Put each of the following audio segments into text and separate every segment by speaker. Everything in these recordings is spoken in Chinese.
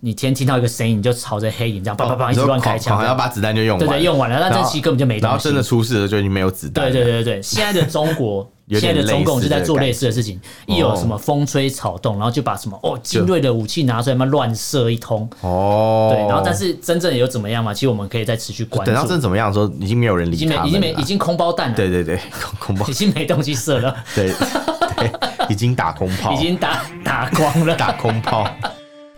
Speaker 1: 你今天听到一个声音，你就朝着黑影这样叭叭叭一
Speaker 2: 哦你
Speaker 1: 直
Speaker 2: 说
Speaker 1: 乱开
Speaker 2: 好
Speaker 1: 枪，
Speaker 2: 像要把子弹就用
Speaker 1: 对
Speaker 2: 完，
Speaker 1: 对，用完了，那
Speaker 2: 然
Speaker 1: 这
Speaker 2: 后
Speaker 1: 期根本就没
Speaker 2: 然后
Speaker 1: 东西
Speaker 2: 真。的出事了就已经没有子弹
Speaker 1: 对
Speaker 2: 了，，
Speaker 1: 对对对对，现在的中国
Speaker 2: 有
Speaker 1: 现
Speaker 2: 点
Speaker 1: 在的中共就在做
Speaker 2: 类
Speaker 1: 类似的事情，一有什么风吹草动，然后就把什么哦精锐的武器拿出来，嘛乱射一通。
Speaker 2: 哦，
Speaker 1: 对，然后但是真正有怎么样嘛？其实我们可以再持续关注
Speaker 2: 等。到真的怎么样的时候，已经没有人理
Speaker 1: 已经
Speaker 2: 他们
Speaker 1: 没已
Speaker 2: 了，
Speaker 1: 经没已经空包弹了，
Speaker 2: 对对对，空空包
Speaker 1: 已经没东西射了，
Speaker 2: 对对，已经打空炮，
Speaker 1: 已经打打光了。
Speaker 2: 打空炮。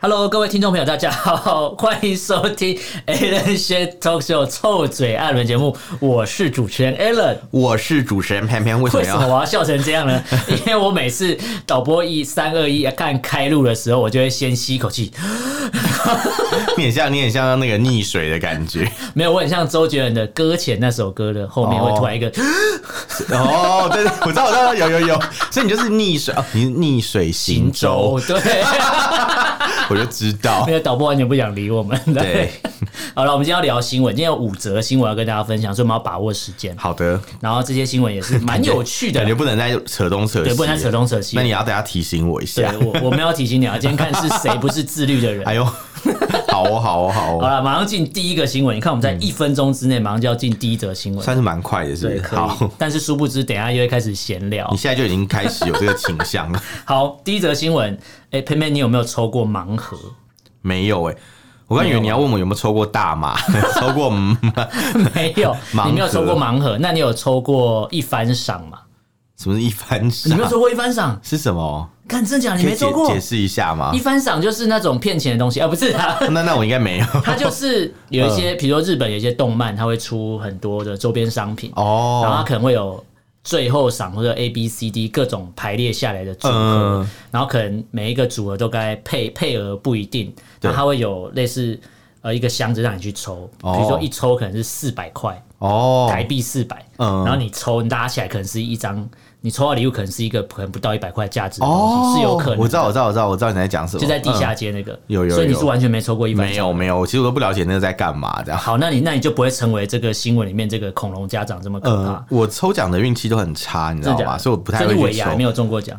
Speaker 1: Hello，各位听众朋友，大家好，欢迎收听 Alan s h a t Talk Show 臭嘴艾伦节目，我是主持人 Alan。
Speaker 2: 我是主持人潘潘，为什
Speaker 1: 为
Speaker 2: 么
Speaker 1: 什么
Speaker 2: 要？
Speaker 1: 我要笑成这 样呢？因为我每次导播一三二一啊看开录的时候，我就会先吸一口气，
Speaker 2: 你很像，你很像那个溺水的感觉。
Speaker 1: 没有，我很像周杰伦的《搁浅》那首歌的后面会突然一个，嗯
Speaker 2: 哦，对，对我知道，我知道，有有有，所以你就是溺水，哦、你是溺水行舟，，
Speaker 1: 对，
Speaker 2: 我就知道
Speaker 1: 没。有导播完全不想理我们。
Speaker 2: 对，
Speaker 1: 好了，我们今天要聊新闻，今天有五则新闻要跟大家分享，所以我们要把握时间。
Speaker 2: 好的，
Speaker 1: 然后这些新闻也是蛮有趣的
Speaker 2: 感，觉不能再扯东扯西，
Speaker 1: 对，不能再扯。东扯西
Speaker 2: 那。你要等下提醒我一
Speaker 1: 对
Speaker 2: 下。
Speaker 1: 我，我们要提醒你啊，今天看是谁不是自律的人。
Speaker 2: 哎呦，好哦，好哦，好
Speaker 1: 好
Speaker 2: 哦，
Speaker 1: 了，马上进第一个新闻。你看，我们
Speaker 2: 嗯
Speaker 1: 在一分钟之内马上就要进第一则新闻，
Speaker 2: 算是蛮快的，是不
Speaker 1: 对，
Speaker 2: 是？
Speaker 1: 可
Speaker 2: 好 嗯
Speaker 1: 以。。但是殊不知，等一下又会开始闲聊
Speaker 2: 你。现在就已经开始有这个倾向 了，
Speaker 1: 好，第一则新闻，哎，佩佩，你有没有抽过盲 盒？
Speaker 2: 没有哎、我刚以为
Speaker 1: 啊
Speaker 2: 你要问我有没有抽过大麻， 抽过嗯
Speaker 1: 没有
Speaker 2: 盲，盒
Speaker 1: 你没有抽过盲盒，那你有抽过一番赏吗？
Speaker 2: 什么是一番
Speaker 1: 你
Speaker 2: 赏
Speaker 1: 没有抽过一番赏？
Speaker 2: 是什么？
Speaker 1: 看真假，你
Speaker 2: 可以
Speaker 1: 没
Speaker 2: 解
Speaker 1: 抽过
Speaker 2: 解？释一下吗哦
Speaker 1: 一？番赏就是那种骗钱的东西啊，不是啊。
Speaker 2: 那那我应该没有
Speaker 1: 它就是有一些，
Speaker 2: 嗯
Speaker 1: 比如说日本有一些动漫，它会出很多的周边商品，然后它
Speaker 2: 哦，
Speaker 1: 可能会有最后赏或者 A B C D 各种排列下来的组合，
Speaker 2: 嗯
Speaker 1: 然后可能每一个组合都该配配额不一定，
Speaker 2: 对
Speaker 1: 然后它会有类似呃一个箱子让你去抽，比
Speaker 2: 哦
Speaker 1: 如说一抽可能是四百块
Speaker 2: 哦，
Speaker 1: 台币四百，
Speaker 2: 嗯
Speaker 1: 然后你抽你拉起来可能是一张，你抽到礼物可能是一个可能不到一百块价值的东西，是有可能的，
Speaker 2: 哦我知道，我知道，我知道，我知道你在讲什么，
Speaker 1: 就在地
Speaker 2: 嗯
Speaker 1: 下街那个，
Speaker 2: 有有
Speaker 1: 所以你
Speaker 2: 有
Speaker 1: 是完全没抽过一百
Speaker 2: 没有没有，其实我都不了解那个在干嘛这样。
Speaker 1: 好，那你那你就不会成为这个新闻里面这个恐龙家长这么可怕，
Speaker 2: 呃，我抽奖的运气都很差，你知
Speaker 1: 啊真
Speaker 2: 道
Speaker 1: 的假
Speaker 2: 吗？
Speaker 1: 的
Speaker 2: 所以我不太
Speaker 1: 所以你
Speaker 2: 会
Speaker 1: 尾
Speaker 2: 去
Speaker 1: 牙
Speaker 2: 抽
Speaker 1: 没。有中过奖，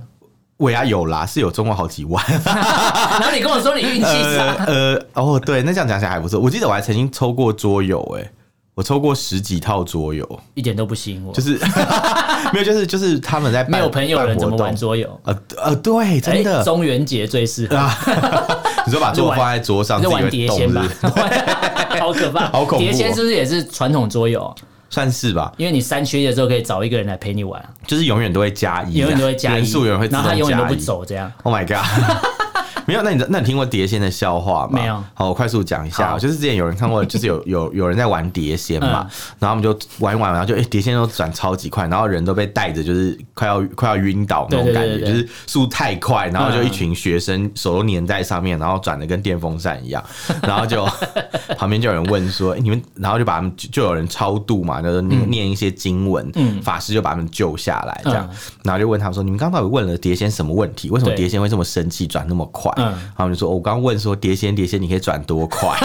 Speaker 2: 尾牙有啦，是有中过好几万。
Speaker 1: 然后你跟我说你运气
Speaker 2: 呃
Speaker 1: 差，
Speaker 2: 呃，哦，对，那这样讲起来还不错。我记得我还曾经抽过桌游，哎，我抽过十几套桌游，
Speaker 1: 一点都不吸引我
Speaker 2: 就，是 没有，就是就是他们在办
Speaker 1: 没有朋友人怎么玩？桌游？
Speaker 2: 办活动呃呃，对，真的
Speaker 1: 哎，中元节最适 合，
Speaker 2: 你说把
Speaker 1: 就
Speaker 2: 桌
Speaker 1: 哎玩
Speaker 2: 放在桌上，
Speaker 1: 你就
Speaker 2: 自己
Speaker 1: 玩
Speaker 2: 会
Speaker 1: 碟
Speaker 2: 动
Speaker 1: 仙吧
Speaker 2: 是不是，
Speaker 1: 好可怕，
Speaker 2: 好恐怖哦
Speaker 1: 碟仙是不是也是传统桌游？
Speaker 2: 算是吧，
Speaker 1: 因为你三缺一的时候可以找一个人来陪你玩啊，
Speaker 2: 就是永远都会加一，
Speaker 1: 永远都会加一，
Speaker 2: 人数永远会自
Speaker 1: 然
Speaker 2: 动
Speaker 1: 后他
Speaker 2: 加一，
Speaker 1: 永远都不。走这样。
Speaker 2: Oh my god！没有，那你那你听过碟仙的笑话吗？
Speaker 1: 没有
Speaker 2: 好，我快速讲一下，
Speaker 1: 好
Speaker 2: 就是之前有人看过，就是有有有人在玩碟仙嘛，
Speaker 1: 嗯
Speaker 2: 然后他们就玩一玩，然后就哎、碟仙都转超级快，然后人都被带着，就是快要快要晕倒那种
Speaker 1: 对对
Speaker 2: 感
Speaker 1: 对
Speaker 2: 觉，
Speaker 1: 对
Speaker 2: 就
Speaker 1: 对
Speaker 2: 是速度太快，然后就
Speaker 1: 嗯
Speaker 2: 一群学生手都粘在上面，然后转的跟电风扇一样，然 后就旁边就有人问说、哎你们，然后就把他们就就有人超度嘛，就是念念一些经文，法师就把他们救下来这样，
Speaker 1: 嗯
Speaker 2: 然后就问他们说：“你们刚刚到底问了碟仙什么问题？为什么
Speaker 1: 对
Speaker 2: 碟仙会这么生气，转那么快？”
Speaker 1: 嗯
Speaker 2: 然后他们就说：“哦我刚刚问说碟仙，碟仙你可以转多 快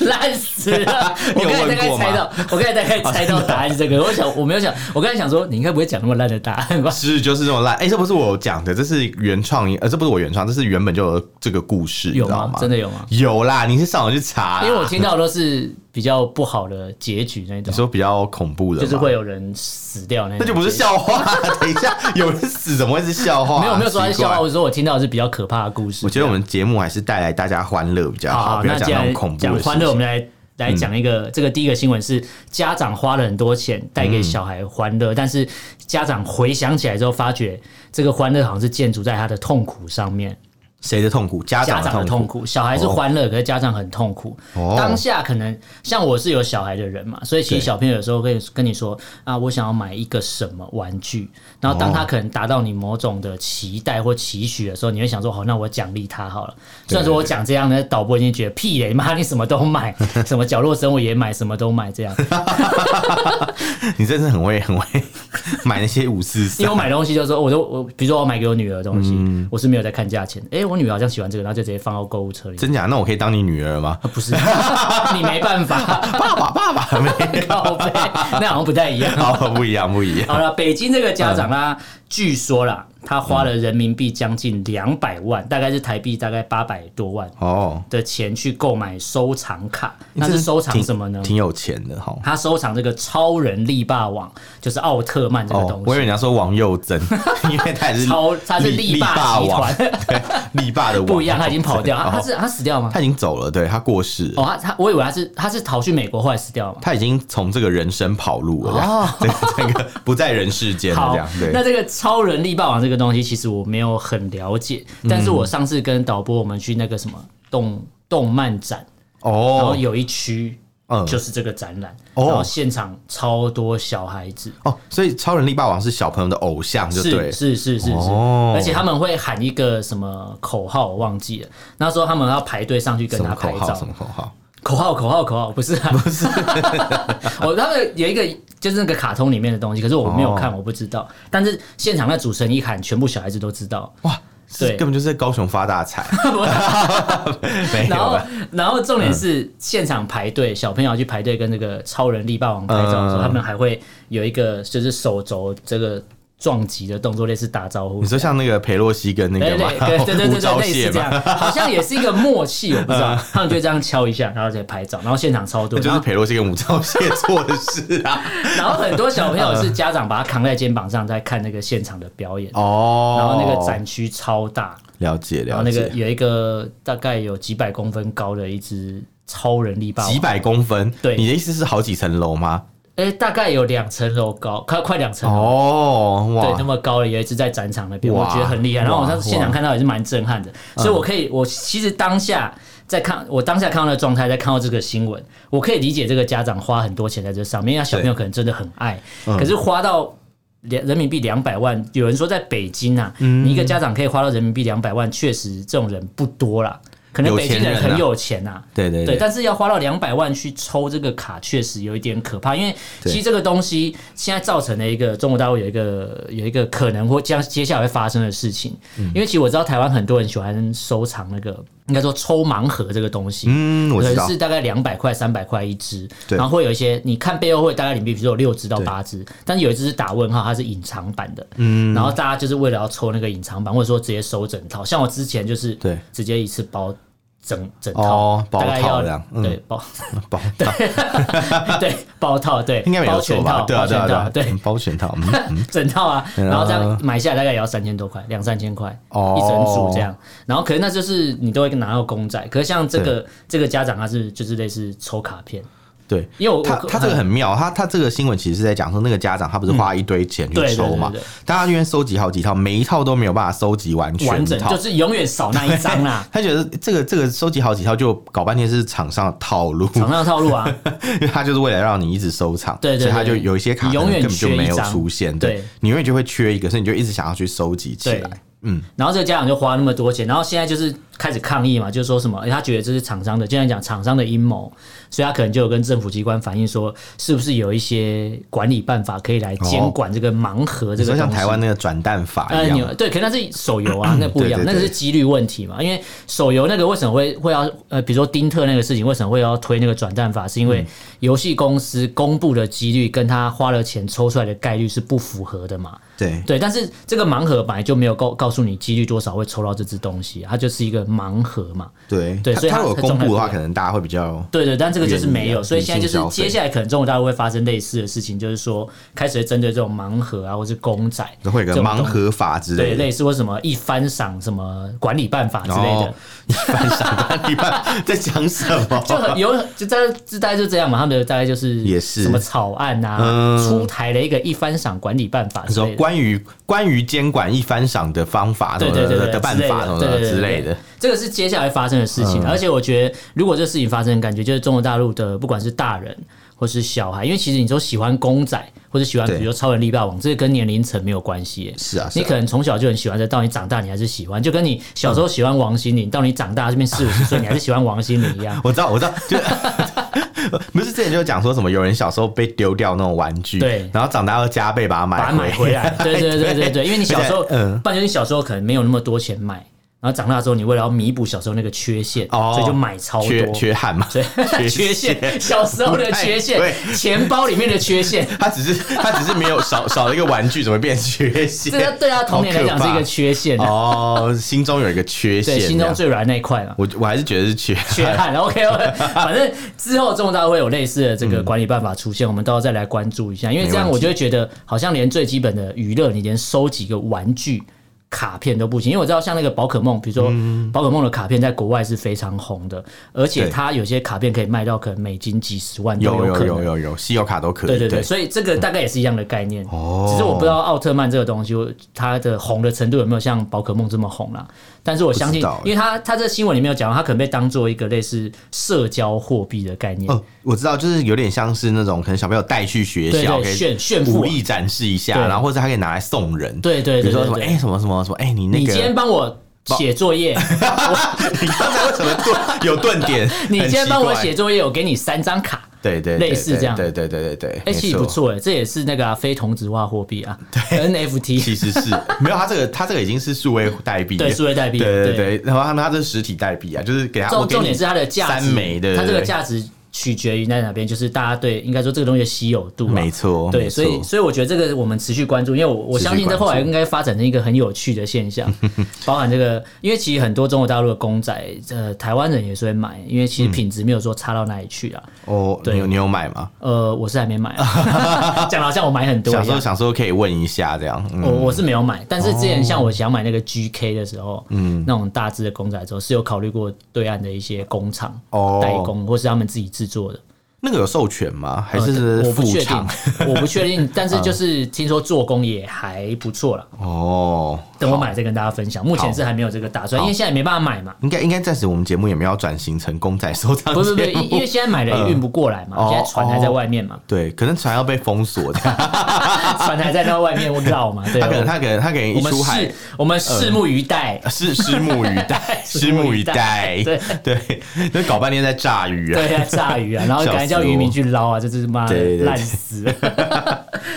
Speaker 1: 烂死了！我
Speaker 2: 你有
Speaker 1: 刚才大
Speaker 2: 问
Speaker 1: 概
Speaker 2: 过吗
Speaker 1: 猜到，我刚才大概猜到答案是这个。我想我没有想，我刚才想说你应该不会讲那么烂的答案吧？”？
Speaker 2: 是就是这么烂。哎、这不是我讲的，这是原创，呃，这不是我原创，这是原本就有这个故事，你
Speaker 1: 有
Speaker 2: 知道
Speaker 1: 吗
Speaker 2: 吗？？
Speaker 1: 真的有吗？
Speaker 2: 有啦，你是上网去查啊啦
Speaker 1: 因为我听到都是比较不好的结局那
Speaker 2: 你
Speaker 1: 种，
Speaker 2: 说比较恐怖的，
Speaker 1: 就是会。有人死掉那种。
Speaker 2: 那就不是笑话， 等一下，有人死怎么会是笑话？
Speaker 1: 没有没有说他是
Speaker 2: 奇
Speaker 1: 笑
Speaker 2: 怪
Speaker 1: 话，我说我听到的是比较可怕的故事。
Speaker 2: 我觉得我们节目还是带来大家欢乐比较
Speaker 1: 好
Speaker 2: 好，
Speaker 1: 好，
Speaker 2: 不要
Speaker 1: 那
Speaker 2: 讲
Speaker 1: 既
Speaker 2: 那
Speaker 1: 然
Speaker 2: 种恐怖
Speaker 1: 讲
Speaker 2: 的事
Speaker 1: 欢乐，我
Speaker 2: 情。嗯
Speaker 1: 们来来讲一个，这个第一个新闻是家长花了很多钱带给小孩欢
Speaker 2: 嗯
Speaker 1: 乐，但是家长回想起来之后，发觉这个欢乐好像是建筑在他的痛苦上面。
Speaker 2: 谁的痛苦？啊家
Speaker 1: 家
Speaker 2: 长
Speaker 1: 长的
Speaker 2: 痛
Speaker 1: 痛。苦，小孩是欢乐，可是家长很痛苦。
Speaker 2: 哦
Speaker 1: 当下可能像我是有小孩的人嘛，所以其
Speaker 2: 对
Speaker 1: 实小朋友有时候会跟你说啊，我想要买一个什么玩具，然后当他可能达到你某种的期待或期许的时候，你会想说，好，那我奖励他好了。虽然说我讲这样呢，导播已经觉得屁嘞， 妈你什么都买，什么角落生物也买，什么都买这样。
Speaker 2: 你真是很会很会 买那些五四
Speaker 1: 因为
Speaker 2: 三
Speaker 1: 我买东西就是说，我都我比如说我买给我女儿的东西，我是没有在看价钱。哎、我女儿好像喜欢这个，然后就直接放到购物车里。
Speaker 2: 真假？那我可以当你女儿吗？
Speaker 1: 不是， 你没办法。
Speaker 2: 爸爸，爸爸，没
Speaker 1: 靠背，那好像不太一样。
Speaker 2: 好，不一样，不一样。
Speaker 1: 好了，北京这个家长啦，
Speaker 2: 嗯
Speaker 1: 据说啦，他花了人民币将近两百万，大概是台币大概八百多万
Speaker 2: 哦，
Speaker 1: 的钱去购买收藏卡。那
Speaker 2: 真
Speaker 1: 是
Speaker 2: 的
Speaker 1: 收藏
Speaker 2: 挺
Speaker 1: 什么呢？啊
Speaker 2: 挺有钱的哈。
Speaker 1: 他收藏这个超人力霸王，就是奥特曼这个
Speaker 2: 哦
Speaker 1: 东，
Speaker 2: 我以
Speaker 1: 西。
Speaker 2: 为你要说王佑曾， 因为他也是
Speaker 1: 超他是力霸集
Speaker 2: 王，
Speaker 1: 团，
Speaker 2: 对，力霸的王
Speaker 1: 不一样，他已经跑掉。
Speaker 2: 哦
Speaker 1: 啊他是他死掉吗？
Speaker 2: 他已经走了，对他过世了
Speaker 1: 哦，他他我以为他是他是逃去美国后来死掉嘛。
Speaker 2: 他已经从这个人生跑路了，这样 这个这个不在人世间了，
Speaker 1: 哦好
Speaker 2: 这样，对
Speaker 1: 那。这个超人力霸王这个东西，其实我没有很了解，但是我上次跟导播我们去那个什么动动漫展，然后
Speaker 2: 哦
Speaker 1: 有一区。
Speaker 2: 嗯
Speaker 1: 就是这个展览，
Speaker 2: 哦
Speaker 1: 然后现场超多小孩子，
Speaker 2: 哦，所以超人力霸王是小朋友的偶像，就是对。
Speaker 1: 是是是是，
Speaker 2: 哦
Speaker 1: 而且他们会喊一个什么口号，我忘记了。那时候他们要排队上去跟
Speaker 2: 什
Speaker 1: 他
Speaker 2: 么
Speaker 1: 拍
Speaker 2: 口号？
Speaker 1: 照
Speaker 2: 什，么口号？
Speaker 1: 口号口号口号，不是、 啊、不是， 我他们有一个就是那个卡通里面的东西，可是我没有看，
Speaker 2: 哦
Speaker 1: 我不知道。但是现场那主持人一喊，全部小孩子都知道，
Speaker 2: 哇，
Speaker 1: 对
Speaker 2: 根本就是在高雄发 大财。 没有
Speaker 1: 然后
Speaker 2: 了，，
Speaker 1: 然后重点是现场排队，小朋友去排队跟那个超人力霸王拍照的时候，
Speaker 2: 嗯
Speaker 1: 他们还会有一个就是手肘这个撞击的动作，类似打招呼
Speaker 2: 你。说像那个佩洛西跟那
Speaker 1: 对
Speaker 2: 个
Speaker 1: 对
Speaker 2: 嘛，
Speaker 1: 对对对
Speaker 2: 吴
Speaker 1: 对对，
Speaker 2: 钊
Speaker 1: 类似
Speaker 2: 燮
Speaker 1: 这
Speaker 2: 嘛，
Speaker 1: 样，好像也是一个默契，我不知道。他们就这样敲一下，然后再拍照，然后现场超多，
Speaker 2: 嗯就
Speaker 1: 然
Speaker 2: 是
Speaker 1: 后
Speaker 2: 佩洛西跟吴钊 燮做的事啊。
Speaker 1: 然后很多小朋友是家长把他扛在肩膀上在看那个现场的表演，
Speaker 2: 哦，
Speaker 1: 然后那个展区超大，
Speaker 2: 了解
Speaker 1: 然后
Speaker 2: 了
Speaker 1: 那个
Speaker 2: 解，
Speaker 1: 有一个大概有几百公分高的一只超人力霸王
Speaker 2: 几，百公分，
Speaker 1: 对
Speaker 2: 你的意思是好几层楼吗？
Speaker 1: 哎、大概有两层楼高，快快两层楼。
Speaker 2: 哦，
Speaker 1: 对，那
Speaker 2: 哇，
Speaker 1: 么高的有一只在展场那边，我
Speaker 2: 哇
Speaker 1: 觉得很厉害。然后我上次
Speaker 2: 哇嗯
Speaker 1: 现场看到也是蛮震撼的，所以我可以，我其实当下在看，我当下看到的状态，在看到这个新闻，我可以理解这个家长花很多钱在这上面，因为他小朋友可能真的很爱，
Speaker 2: 嗯
Speaker 1: 可是花到两人民币两百万，有人说在北京啊，
Speaker 2: 嗯
Speaker 1: 你一个家长可以花到人民币两百万，确实这种人不多啦。可能
Speaker 2: 有
Speaker 1: 北京
Speaker 2: 钱
Speaker 1: 人
Speaker 2: 人
Speaker 1: 很
Speaker 2: 啊
Speaker 1: 有钱呐、啊，
Speaker 2: 对对
Speaker 1: 对，
Speaker 2: 对，
Speaker 1: 但是要花到两百万去抽这个卡，确实有一点可怕。因为其实这个东西现在造成了一个中国大陆有一个有一个可能或将接下来会发生的事情。
Speaker 2: 嗯
Speaker 1: 因为其实我知道台湾很多人喜欢收藏那个，应该说抽盲盒这个东西。
Speaker 2: 嗯，我
Speaker 1: 可
Speaker 2: 知
Speaker 1: 能
Speaker 2: 道
Speaker 1: 是，大概两百块、三百块一只，
Speaker 2: 对
Speaker 1: 然后会有一些，你看背后会大概里面，比如说有六只到八只，但是有一只是打问号，它是隐藏版的，嗯，然后大家就是为了要抽那个隐藏版，或者说直接收整套，像我之前就是
Speaker 2: 对
Speaker 1: 直接一次包整整套，
Speaker 2: 哦包
Speaker 1: 大概要
Speaker 2: 套这样嗯
Speaker 1: 对包
Speaker 2: 包
Speaker 1: 对包套对，
Speaker 2: 应该没有
Speaker 1: 包
Speaker 2: 错
Speaker 1: 全
Speaker 2: 吧
Speaker 1: 套，？
Speaker 2: 对啊，
Speaker 1: 包
Speaker 2: 对
Speaker 1: 全
Speaker 2: 啊，对
Speaker 1: 套
Speaker 2: 啊，
Speaker 1: 对
Speaker 2: 嗯包全套，嗯，嗯
Speaker 1: 整套啊，
Speaker 2: 嗯
Speaker 1: 然后这样买下来大概也要三千多块，两三千块
Speaker 2: 哦
Speaker 1: 一整组这样。然后可能那就是你都会拿到公仔，可是像这个这个家长他是就是类似抽卡片，
Speaker 2: 哦对。
Speaker 1: 因为我嗯
Speaker 2: 他
Speaker 1: 我
Speaker 2: 他这个很妙，他他这个新闻其实是在讲说，那个家长他不是花一堆钱
Speaker 1: 嗯对
Speaker 2: 去
Speaker 1: 对对
Speaker 2: 抽嘛
Speaker 1: 对对，
Speaker 2: 大家因为收集好几套，每一套都没有办法收集完
Speaker 1: 完
Speaker 2: 全
Speaker 1: 整，
Speaker 2: 套，
Speaker 1: 就，是永远少那一张啦
Speaker 2: 他觉得这个这个收集好几套就搞半天是厂商的套路，
Speaker 1: 厂商的套路啊，
Speaker 2: 因为他就是为了让你一直收藏，
Speaker 1: 对对
Speaker 2: 所以他就
Speaker 1: 对
Speaker 2: 有一些卡
Speaker 1: 你永
Speaker 2: 可能
Speaker 1: 远
Speaker 2: 根本就
Speaker 1: 缺一
Speaker 2: 没有
Speaker 1: 张
Speaker 2: 出现，
Speaker 1: 对
Speaker 2: 你永远就会缺一个，所以你就一直想要去收集起
Speaker 1: 对
Speaker 2: 来。。
Speaker 1: 然后这个家长就花那么多钱，然后现在就是开始抗议嘛，就是说什么，诶他觉得这是厂商的，就像讲厂商的阴谋，所以他可能就有跟政府机关反映说，是不是有一些管理办法可以来监管这个盲盒这
Speaker 2: 你
Speaker 1: 个东
Speaker 2: 说
Speaker 1: 西？
Speaker 2: 像台湾那个转蛋法
Speaker 1: 呃，
Speaker 2: 一
Speaker 1: 你
Speaker 2: 样，
Speaker 1: 对，可能那是手游啊，那不一样，
Speaker 2: 对对
Speaker 1: 那个
Speaker 2: 对
Speaker 1: 是几率问题嘛。因为手游那个为什么会会要呃，比如说丁特那个事情，为什么会要推那个转蛋法，是因为
Speaker 2: 嗯
Speaker 1: 游戏公司公布的几率跟他花了钱抽出来的概率是不符合的嘛。
Speaker 2: 对
Speaker 1: 对，但是这个盲盒本来就没有告告诉你几率多少会抽到这只东西，它就是一个盲盒嘛。
Speaker 2: 对
Speaker 1: 对
Speaker 2: 他
Speaker 1: 所以
Speaker 2: 他
Speaker 1: 他
Speaker 2: 如果
Speaker 1: 他
Speaker 2: 公
Speaker 1: 状态
Speaker 2: 布的
Speaker 1: 不
Speaker 2: 话，
Speaker 1: 一样
Speaker 2: 可能大家会比较
Speaker 1: 对对，但这个就是没
Speaker 2: 原
Speaker 1: 有，
Speaker 2: 因
Speaker 1: 所以现在
Speaker 2: 理性
Speaker 1: 就
Speaker 2: 消
Speaker 1: 是接
Speaker 2: 费
Speaker 1: 下来可能中国大陆会发生类似的事情，就是说开始会针对这种盲盒啊，或是公仔，
Speaker 2: 会
Speaker 1: 这
Speaker 2: 有个
Speaker 1: 种东
Speaker 2: 盲
Speaker 1: 西
Speaker 2: 盒法之
Speaker 1: 对
Speaker 2: 类的。
Speaker 1: 类似或什么一番赏什么管理办法之类的，
Speaker 2: 哦一般上班，一般在讲什么？
Speaker 1: 就很有就大概就大概就这样嘛，他们的大概就是
Speaker 2: 哦也是
Speaker 1: 什么草案啊，
Speaker 2: 嗯
Speaker 1: 出台了一个一番赏管理办法
Speaker 2: 你
Speaker 1: 之
Speaker 2: 说
Speaker 1: 类的。
Speaker 2: 关于关于监管一番赏的方法什
Speaker 1: 对
Speaker 2: 么
Speaker 1: 对对
Speaker 2: 的
Speaker 1: 对
Speaker 2: 的办法什么
Speaker 1: 对
Speaker 2: 的
Speaker 1: 对对对
Speaker 2: 之类的，嗯
Speaker 1: 这个是接下来发生的事情，而且我觉得，如果这事情发生，感觉就是中国大陆的不管是大人或是小孩，因为其实你说喜欢公仔或者喜欢比
Speaker 2: 对
Speaker 1: 如说超人力霸王，这个跟年龄层没有关系耶。
Speaker 2: 是啊，是
Speaker 1: 你
Speaker 2: 啊
Speaker 1: 可能从小就很喜欢，再到你长大你还是喜欢，就跟你小
Speaker 2: 嗯。
Speaker 1: 时候喜欢王心凌，到你长大这边四五十岁你还是喜欢王心凌一样
Speaker 2: 我知道，我知道， 就是不是之前就讲说什么有人小时候被丢掉那种玩具，
Speaker 1: 对
Speaker 2: 然后长大要加倍把它
Speaker 1: 把它
Speaker 2: 买
Speaker 1: 买回 来。对对对对对，因为你小时候，
Speaker 2: 而且 嗯
Speaker 1: 不然就是你小时候可能没有那么多钱买，然后长大之后你为了要弥补小时候那个缺陷，
Speaker 2: 哦
Speaker 1: 所以就买超多。
Speaker 2: 缺缺憾嘛，
Speaker 1: 对，缺陷，小时候的缺陷
Speaker 2: 对，
Speaker 1: 钱包里面的缺 陷，
Speaker 2: 他只是他只是没有 少少了一个玩具，怎么变缺陷？
Speaker 1: 这对他童年来讲是一个缺陷啊
Speaker 2: 好可怕。哦，心中有一个缺陷
Speaker 1: 对，
Speaker 2: 这样，
Speaker 1: 心中最软那一块嘛。
Speaker 2: 我我还是觉得是缺
Speaker 1: 缺憾，OK，反正之后中国大陆会有类似的这个管理办法出现，我们到时候再来关注一下，因为这样
Speaker 2: 嗯没问题
Speaker 1: 我就会觉得好像连最基本的娱乐，你连收集个玩具。卡片都不行，因为我知道像那个宝可梦，比如说宝可梦的卡片在国外是非常红的，而且
Speaker 2: 嗯对
Speaker 1: 它有些卡片可以卖到可能美金几十万都
Speaker 2: 有
Speaker 1: 可
Speaker 2: 有
Speaker 1: 能
Speaker 2: 有。有有，稀有卡都可以，
Speaker 1: 对对对，所以这个大概也是一样的概念。
Speaker 2: 哦
Speaker 1: 只是我不知道奥特曼这个东西，它的红的程度有没有像宝可梦这么红啦。但是我相信
Speaker 2: 不知道，欸
Speaker 1: 因为它它这新闻里面有讲到，它可能被当做一个类似社交货币的概念。
Speaker 2: 哦，我知道，就是有点像是那种可能小朋友带去学
Speaker 1: 对
Speaker 2: 校，
Speaker 1: 对
Speaker 2: 可以
Speaker 1: 炫炫富啊
Speaker 2: 武力展示一
Speaker 1: 对
Speaker 2: 下，然后或者他可以拿来送人，
Speaker 1: 对对对
Speaker 2: 比如说什么
Speaker 1: 对对
Speaker 2: 哎什么什么什么哎你那
Speaker 1: 你今天
Speaker 2: 个，
Speaker 1: 帮我写作业，
Speaker 2: 你刚才为什么顿有顿点？
Speaker 1: 你今天帮我
Speaker 2: 很奇
Speaker 1: 写
Speaker 2: 怪，
Speaker 1: 作业，我给你三张卡。
Speaker 2: 对对，
Speaker 1: 类
Speaker 2: 对
Speaker 1: 似这样
Speaker 2: 对对对对对，
Speaker 1: 哎，
Speaker 2: 没
Speaker 1: 其实不
Speaker 2: 错。
Speaker 1: 错哎，这也是那个啊非同质化货币啊，NFT。
Speaker 2: 其实是没有，他这个他这个已经是数位代币了，
Speaker 1: 对数位代币啊
Speaker 2: 对
Speaker 1: 对
Speaker 2: 对对。然后他们他这是实体代币啊，就是给他
Speaker 1: 重
Speaker 2: 我给你
Speaker 1: 重点是它的价
Speaker 2: 三
Speaker 1: 值，
Speaker 2: 枚的，对
Speaker 1: 它这个
Speaker 2: 对
Speaker 1: 价值取决于在哪边，就是大家对应该说这个东西的稀有度啊，
Speaker 2: 没错
Speaker 1: 对，
Speaker 2: 哦没
Speaker 1: 所以
Speaker 2: 错
Speaker 1: 所以我觉得这个我们持续关注，因为我我
Speaker 2: 持续
Speaker 1: 相信这
Speaker 2: 关注
Speaker 1: 后来应该发展成一个很有趣的现 象，包含这个，因为其实很多中国大陆的公仔，呃，台湾人也是会买，因为其
Speaker 2: 嗯
Speaker 1: 实品质没有说差到哪里去啊，
Speaker 2: 哦，
Speaker 1: 对
Speaker 2: 你有你有买吗？
Speaker 1: 呃，我是还没买、 啊，讲得好像我哦买很多
Speaker 2: 想
Speaker 1: 一
Speaker 2: 说
Speaker 1: 样。
Speaker 2: 想说可以问一下这样，
Speaker 1: 我
Speaker 2: 嗯，哦
Speaker 1: 我是没有买，但是之前像我想买那个 GK 的时候，嗯，那种大只的公仔的时候，是有考虑过对岸的一些工厂
Speaker 2: 哦
Speaker 1: 代工，或是他们自己制作的。
Speaker 2: 那个有授权吗？还
Speaker 1: 呃
Speaker 2: 是
Speaker 1: 我不
Speaker 2: 副
Speaker 1: 确定
Speaker 2: 厂？，嗯
Speaker 1: 我不确定，但 是就是听说做工也还不错了。
Speaker 2: 哦，
Speaker 1: 等我买再跟大家分享，目前是还没有这个打算，因为现在也没办法买嘛。
Speaker 2: 应该应该暂时我们节目也没有要转型成公仔收藏
Speaker 1: 不是不是，
Speaker 2: 节目
Speaker 1: 因因为现在买了也运不过来嘛，
Speaker 2: 嗯
Speaker 1: 现在船还在外面嘛，
Speaker 2: 对，可能船要被封锁 的，
Speaker 1: 船还在那外面绕 嘛，对
Speaker 2: 哦他可能
Speaker 1: 吧？
Speaker 2: 他可能他可能
Speaker 1: 我
Speaker 2: 一
Speaker 1: 们
Speaker 2: 出海嗯
Speaker 1: 拭我们拭目以 待。
Speaker 2: 是拭目以 待，
Speaker 1: 拭
Speaker 2: 拭
Speaker 1: 目
Speaker 2: 目
Speaker 1: 以
Speaker 2: 以
Speaker 1: 待
Speaker 2: 待，对，那搞半天在炸鱼啊，
Speaker 1: 对啊，炸鱼啊，然后 赶快叫渔民去捞啊，这是妈的
Speaker 2: 对对对
Speaker 1: 烂死 了。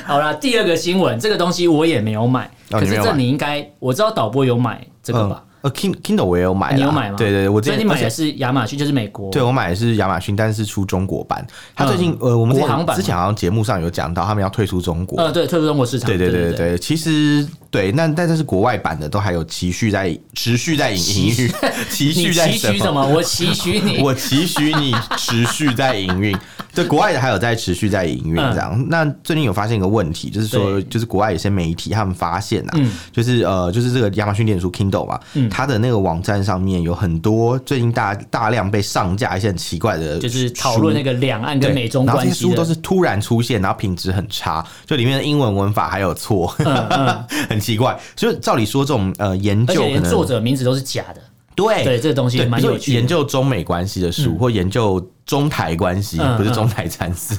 Speaker 1: 好啦，第二个新闻，这个东西我也没有买，
Speaker 2: 哦
Speaker 1: 可
Speaker 2: 你没
Speaker 1: 是
Speaker 2: 有
Speaker 1: 这
Speaker 2: 买
Speaker 1: 你应该我知道导播有买这个吧
Speaker 2: 嗯？，呃，Kind Kindle 我也有买啦，
Speaker 1: 你有买吗？
Speaker 2: 对对，对我之
Speaker 1: 所以
Speaker 2: 前
Speaker 1: 你买的
Speaker 2: 而且
Speaker 1: 是亚马逊，就是美国。
Speaker 2: 对我买的是亚马逊，但是出中国版。他最近、
Speaker 1: 嗯
Speaker 2: 呃，我们之
Speaker 1: 国行
Speaker 2: 前
Speaker 1: 版吗
Speaker 2: 之前好像节目上有讲到，他们要退出中国。
Speaker 1: 呃，对，退出中国市场。
Speaker 2: 对对
Speaker 1: 对
Speaker 2: 对对对，其实对，那但这是国外版的，都还有持续在持续在营 运，持
Speaker 1: 你
Speaker 2: 续在
Speaker 1: 期许什么？我期许 你。
Speaker 2: 我期许你持续在 营运。对，国外的还有在持续在营运这样。那最近有发现一个问题，就是说，
Speaker 1: 嗯对嗯
Speaker 2: 就是国外有些媒体他们发现啊，就是呃，就是这个亚马逊电子书 Kindle 嘛，它的那个网站上面有很多最近大大量被上架一些很奇怪的，
Speaker 1: 就是讨论那
Speaker 2: 个。
Speaker 1: 个两岸跟
Speaker 2: 对，
Speaker 1: 美中
Speaker 2: 然后
Speaker 1: 关
Speaker 2: 这些
Speaker 1: 系
Speaker 2: 书
Speaker 1: 的
Speaker 2: 都是突然出现，然后品质很差，就里面的英文文法还有错， 很奇怪。所以照理说，这种呃研
Speaker 1: 嗯而且
Speaker 2: 究可
Speaker 1: 连
Speaker 2: 能
Speaker 1: 作者名字都是假的。
Speaker 2: 对
Speaker 1: 对，这个东西
Speaker 2: 对，
Speaker 1: 蛮
Speaker 2: 比如
Speaker 1: 有
Speaker 2: 说
Speaker 1: 趣的。
Speaker 2: 研究中美关系的书，或研究中台关系，
Speaker 1: 嗯
Speaker 2: 不是中台禅寺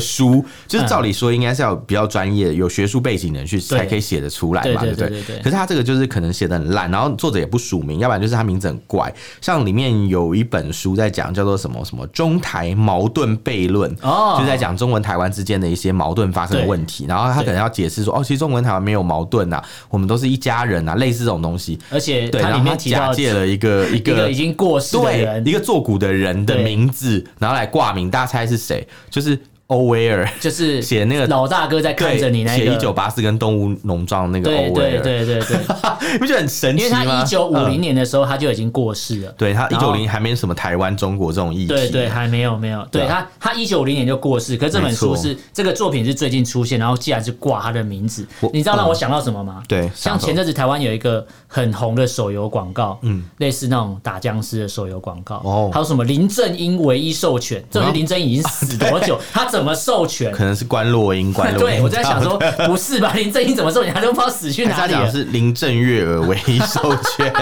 Speaker 2: 书，就是照理说应该是要比较专业、有学术背景的人去才可以写得出来
Speaker 1: 对
Speaker 2: 嘛，对
Speaker 1: 对
Speaker 2: 不
Speaker 1: 对
Speaker 2: 对
Speaker 1: 对对对
Speaker 2: 可是他这个就是可能写的很烂，然后作者也不署名，要不然就是他名字很怪。像里面有一本书在讲叫做什么什么中台矛盾悖论，
Speaker 1: 哦
Speaker 2: 就是在讲中文台湾之间的一些矛盾发生的
Speaker 1: 对
Speaker 2: 问题，然后他可能要解释说，哦，其实中文台湾没有矛盾呐，我们都是一家人呐，类似这种东西。
Speaker 1: 而且
Speaker 2: 对，
Speaker 1: 它
Speaker 2: 然
Speaker 1: 里
Speaker 2: 后
Speaker 1: 面
Speaker 2: 他
Speaker 1: 提
Speaker 2: 假
Speaker 1: 到
Speaker 2: 借了一个一
Speaker 1: 一个
Speaker 2: 个
Speaker 1: 已经过世的
Speaker 2: 对
Speaker 1: 人，
Speaker 2: 一个作古的人的
Speaker 1: 对
Speaker 2: 名字，然后来挂名，大家猜是谁？就是欧威尔
Speaker 1: 就是
Speaker 2: 写那个
Speaker 1: 老大哥在看着你那
Speaker 2: 写
Speaker 1: 个
Speaker 2: 一九八四跟动物农庄那个
Speaker 1: 对
Speaker 2: 欧威
Speaker 1: 对
Speaker 2: 尔，
Speaker 1: 对对 对，
Speaker 2: 你不觉得很神
Speaker 1: 因为
Speaker 2: 奇吗？嗯
Speaker 1: 他一九五零年的时候他就已经过世了。
Speaker 2: 对他一
Speaker 1: 然
Speaker 2: 九
Speaker 1: 后
Speaker 2: 零还没什么台湾、中国这种议题，
Speaker 1: 对对，还没有没有，对
Speaker 2: 对啊
Speaker 1: 他他一九零年就过世，可是这本书
Speaker 2: 没错
Speaker 1: 是这个作品是最近出现，然后既然是挂他的名字
Speaker 2: 我，嗯
Speaker 1: 你知道让我想到什么吗？
Speaker 2: 对
Speaker 1: 像前阵子台湾有一个很红的手游广告，嗯，类似那种打僵尸的手游广告，
Speaker 2: 哦
Speaker 1: 哦，还有什么林正英唯一授权，这
Speaker 2: 啊
Speaker 1: 种林正英已经死多 久，他怎么授权？
Speaker 2: 可能是关洛英、关洛 英。
Speaker 1: 对，我在想说，不是吧？林正英怎么授权？他都不知道死去
Speaker 2: 还是
Speaker 1: 哪
Speaker 2: 他
Speaker 1: 里
Speaker 2: 讲的
Speaker 1: 了。
Speaker 2: 是林郑月娥唯一授 权，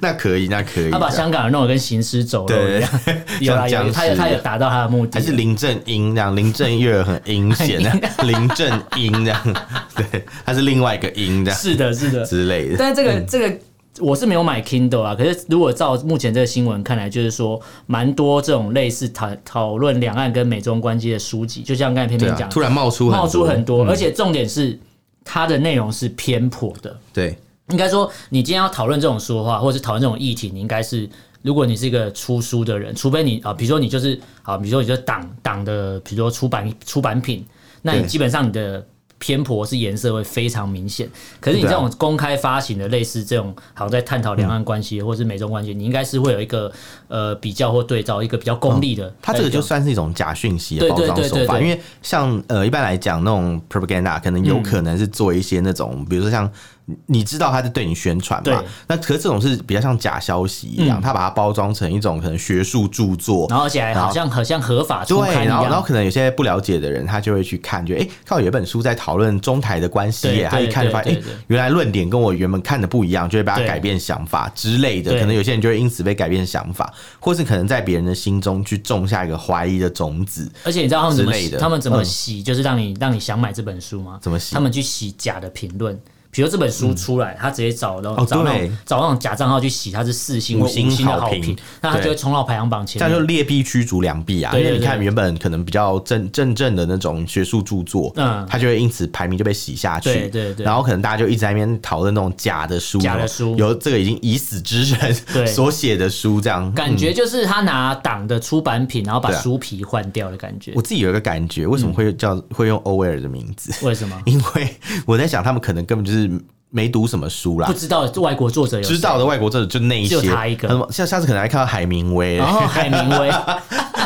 Speaker 2: 那可以，那可以。
Speaker 1: 他把香港人弄得跟行尸走肉一样， 有 啦有
Speaker 2: 像
Speaker 1: 啦，他有
Speaker 2: 僵
Speaker 1: 他
Speaker 2: 尸
Speaker 1: 有达到他的目的啊
Speaker 2: 还。是林正英这样，林郑月娥很阴险 这样，林正英这样，对，他是另外一个英这样
Speaker 1: 是的，是的，
Speaker 2: 之类的。
Speaker 1: 但是这个、这个我是没有买 Kindle 啊，可是如果照目前这个新闻看来，就是说蛮多这种类似讨讨论两岸跟美中关系的书籍，就像刚才偏
Speaker 2: 对
Speaker 1: 偏
Speaker 2: 啊
Speaker 1: 讲，，
Speaker 2: 突然冒出
Speaker 1: 冒出
Speaker 2: 很
Speaker 1: 很
Speaker 2: 多，
Speaker 1: 多，而且重点是它的内容是偏颇的。
Speaker 2: 对，
Speaker 1: 应该说，你今天要讨论这种说话，或者是讨论这种议题，你应该是，如果你是一个出书的人，除非你啊，比如说你就是啊，比如说你就是党党的，比如说出版出版品，那你
Speaker 2: 对
Speaker 1: 基本上你的偏颇是颜色会非常明显。可是你
Speaker 2: 对啊
Speaker 1: 这种公开发行的，类似这种好像在探讨两岸关系或是美中关系，你应该是会有一个呃比较或对照，一个比较功利的。
Speaker 2: 它这个就算是一种假讯息的
Speaker 1: 哎对
Speaker 2: 包
Speaker 1: 对
Speaker 2: 装
Speaker 1: 对
Speaker 2: 手
Speaker 1: 对
Speaker 2: 法，
Speaker 1: 对
Speaker 2: 因为像呃一般来讲那种 propaganda 可能有可能是做一些那种，比如说像你你知道他在对你宣传
Speaker 1: 嗯对嗯
Speaker 2: 嘛，那可是这种是比较像假消息一样，他把它包装成一种可能学术著作。
Speaker 1: 然后而且还好像好像合法出刊
Speaker 2: 对，
Speaker 1: 一
Speaker 2: 然后然后
Speaker 1: 样。
Speaker 2: 可能有些不了解的人，他就会去看，就哎，诶看到有一本书在讨论中台的关系
Speaker 1: 对
Speaker 2: 耶，他一
Speaker 1: 对
Speaker 2: 看就发现，
Speaker 1: 对
Speaker 2: 哎
Speaker 1: 对对，
Speaker 2: 原来论点跟我原本看的不一样，就会把它
Speaker 1: 对
Speaker 2: 改变想法之类的。
Speaker 1: 对
Speaker 2: 可能有些人就会因此被改变想法，或是可能在别人的心中去种下一个怀疑的种子。
Speaker 1: 而且你知道他们怎么
Speaker 2: 之类的
Speaker 1: 他们怎么
Speaker 2: 嗯
Speaker 1: 洗，就是让你让你想买这本书吗？
Speaker 2: 怎么洗
Speaker 1: 他？们去洗假的评论。比如这本书出来，他直接找那
Speaker 2: 哦
Speaker 1: 种找那
Speaker 2: 对
Speaker 1: 种找那种假账号去洗，它是四星或
Speaker 2: 五星
Speaker 1: 星的
Speaker 2: 好
Speaker 1: 好
Speaker 2: 评
Speaker 1: 评，那他
Speaker 2: 对
Speaker 1: 就会冲到排行榜前
Speaker 2: 这样就
Speaker 1: 面。
Speaker 2: 劣币驱逐良币啊！
Speaker 1: 对
Speaker 2: 因为
Speaker 1: 对
Speaker 2: 你看
Speaker 1: 对
Speaker 2: 原本可能比较正正正的那种学术著作，
Speaker 1: 嗯
Speaker 2: 它就会因此排名就被洗下去。
Speaker 1: 对对对
Speaker 2: 然后可能大家就一直在那边讨论那种假的书，
Speaker 1: 假的书
Speaker 2: 有这个已经已死之人
Speaker 1: 对
Speaker 2: 所写的书，这样
Speaker 1: 感觉就是他拿党的出版品，然后把
Speaker 2: 对啊
Speaker 1: 书皮换掉的感觉
Speaker 2: 我。自己有一个感觉，为什么会叫、
Speaker 1: 嗯
Speaker 2: 会用欧威尔的名字？
Speaker 1: 为什么？
Speaker 2: 因为我在想，他们可能根本就是没读什么书啦
Speaker 1: 不，知道外国作者有
Speaker 2: 知道的外国作者就那一些，
Speaker 1: 只有他一个
Speaker 2: 他们下下次可能还看到海明威，
Speaker 1: 谁，
Speaker 2: 啊
Speaker 1: 然 后海明 威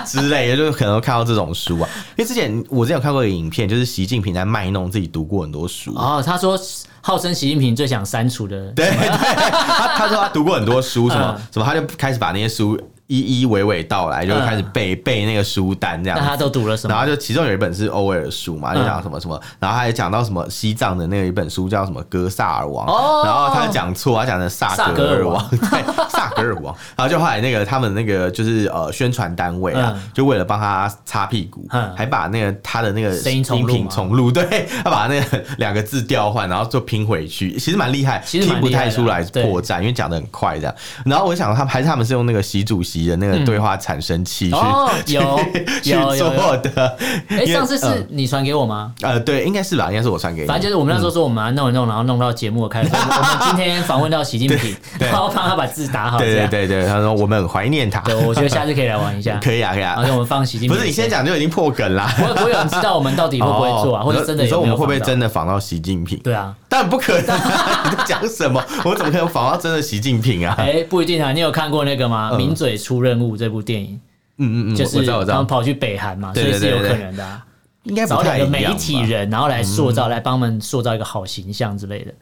Speaker 2: 之类的，就是可能会看到这种书啊。因为之前我之前有看过一个影片，就是习近平在卖弄自己读过很多书。
Speaker 1: 哦，他说号称习近平最想删除的，
Speaker 2: 对对，他他说他读过很多书，什么、
Speaker 1: 嗯
Speaker 2: 什么，他就开始把那些书一一娓娓道来，就开始背、背那个书单这样
Speaker 1: 嗯那
Speaker 2: 子。
Speaker 1: 他都读了什
Speaker 2: 然
Speaker 1: 么？
Speaker 2: 后就其中有一本是欧威尔的书嘛，就
Speaker 1: 嗯
Speaker 2: 讲什么什么，然后他也讲到什么西藏的那个一本书叫什么《哥萨尔王》，
Speaker 1: 哦
Speaker 2: 然后他就讲错，他讲成萨
Speaker 1: 萨
Speaker 2: 格
Speaker 1: 格
Speaker 2: 尔
Speaker 1: 尔
Speaker 2: 王
Speaker 1: 王，
Speaker 2: 对，萨格尔王。然后就后来那个他们那个就是呃宣传单位啊
Speaker 1: 嗯，
Speaker 2: 就为了帮他擦屁股
Speaker 1: 嗯，
Speaker 2: 还把那个他的那个
Speaker 1: 声音重
Speaker 2: 音
Speaker 1: 录
Speaker 2: 频
Speaker 1: 吗
Speaker 2: 重录，对，他把那个两个字调换，然后就拼回去，其实蛮厉害，
Speaker 1: 其实
Speaker 2: 听
Speaker 1: 蛮
Speaker 2: 不
Speaker 1: 厉害
Speaker 2: 太
Speaker 1: 的
Speaker 2: 出来
Speaker 1: 对
Speaker 2: 破绽，因为讲的很快这样。然后我想他们还是他们是用那个习主席的那个对话产生器去
Speaker 1: 嗯哦，有
Speaker 2: 去
Speaker 1: 有有有，
Speaker 2: 做的。
Speaker 1: 哎，
Speaker 2: 因为
Speaker 1: 上次是
Speaker 2: 嗯
Speaker 1: 你传给我吗？
Speaker 2: 呃，对，应该是吧，应该是我传给你。
Speaker 1: 反正就是我们那时候说我们把它弄一弄，然后弄到节目的开始。我 们今天访问到习近平，
Speaker 2: 对
Speaker 1: 然后帮他把字打好。这
Speaker 2: 对对
Speaker 1: 样，
Speaker 2: 对对，他说我们很怀念他。
Speaker 1: 对，我觉得下次可以来玩一下。
Speaker 2: 可以啊，可以
Speaker 1: 然后
Speaker 2: 啊。
Speaker 1: 就我们放习近
Speaker 2: 不
Speaker 1: 平。
Speaker 2: 是你先。讲就已经破梗啦。
Speaker 1: 不会不会有人知道我们到底会不会做啊，
Speaker 2: 哦
Speaker 1: 或者真的
Speaker 2: 你说
Speaker 1: 有
Speaker 2: 我
Speaker 1: 没
Speaker 2: 们
Speaker 1: 有
Speaker 2: 会不会
Speaker 1: 访到
Speaker 2: 真的仿到习近平？
Speaker 1: 对啊，
Speaker 2: 当然不可能啊！ 你在讲什么？我怎么可能仿到真的习近平啊？
Speaker 1: 哎，不一定啊。你有看过那个吗？《名嘴出任务》这部电影，
Speaker 2: 嗯嗯嗯嗯，
Speaker 1: 就
Speaker 2: 我我
Speaker 1: 是
Speaker 2: 知道，我知
Speaker 1: 他们
Speaker 2: 道，
Speaker 1: 跑去北韩嘛，
Speaker 2: 对
Speaker 1: 所以
Speaker 2: 对
Speaker 1: 是
Speaker 2: 对
Speaker 1: 有
Speaker 2: 对
Speaker 1: 可能的啊。
Speaker 2: 应该不
Speaker 1: 找
Speaker 2: 太
Speaker 1: 两
Speaker 2: 一
Speaker 1: 个
Speaker 2: 样吧嗯
Speaker 1: 媒体。人，然后来塑造，来帮我们塑造一个好形象之类的，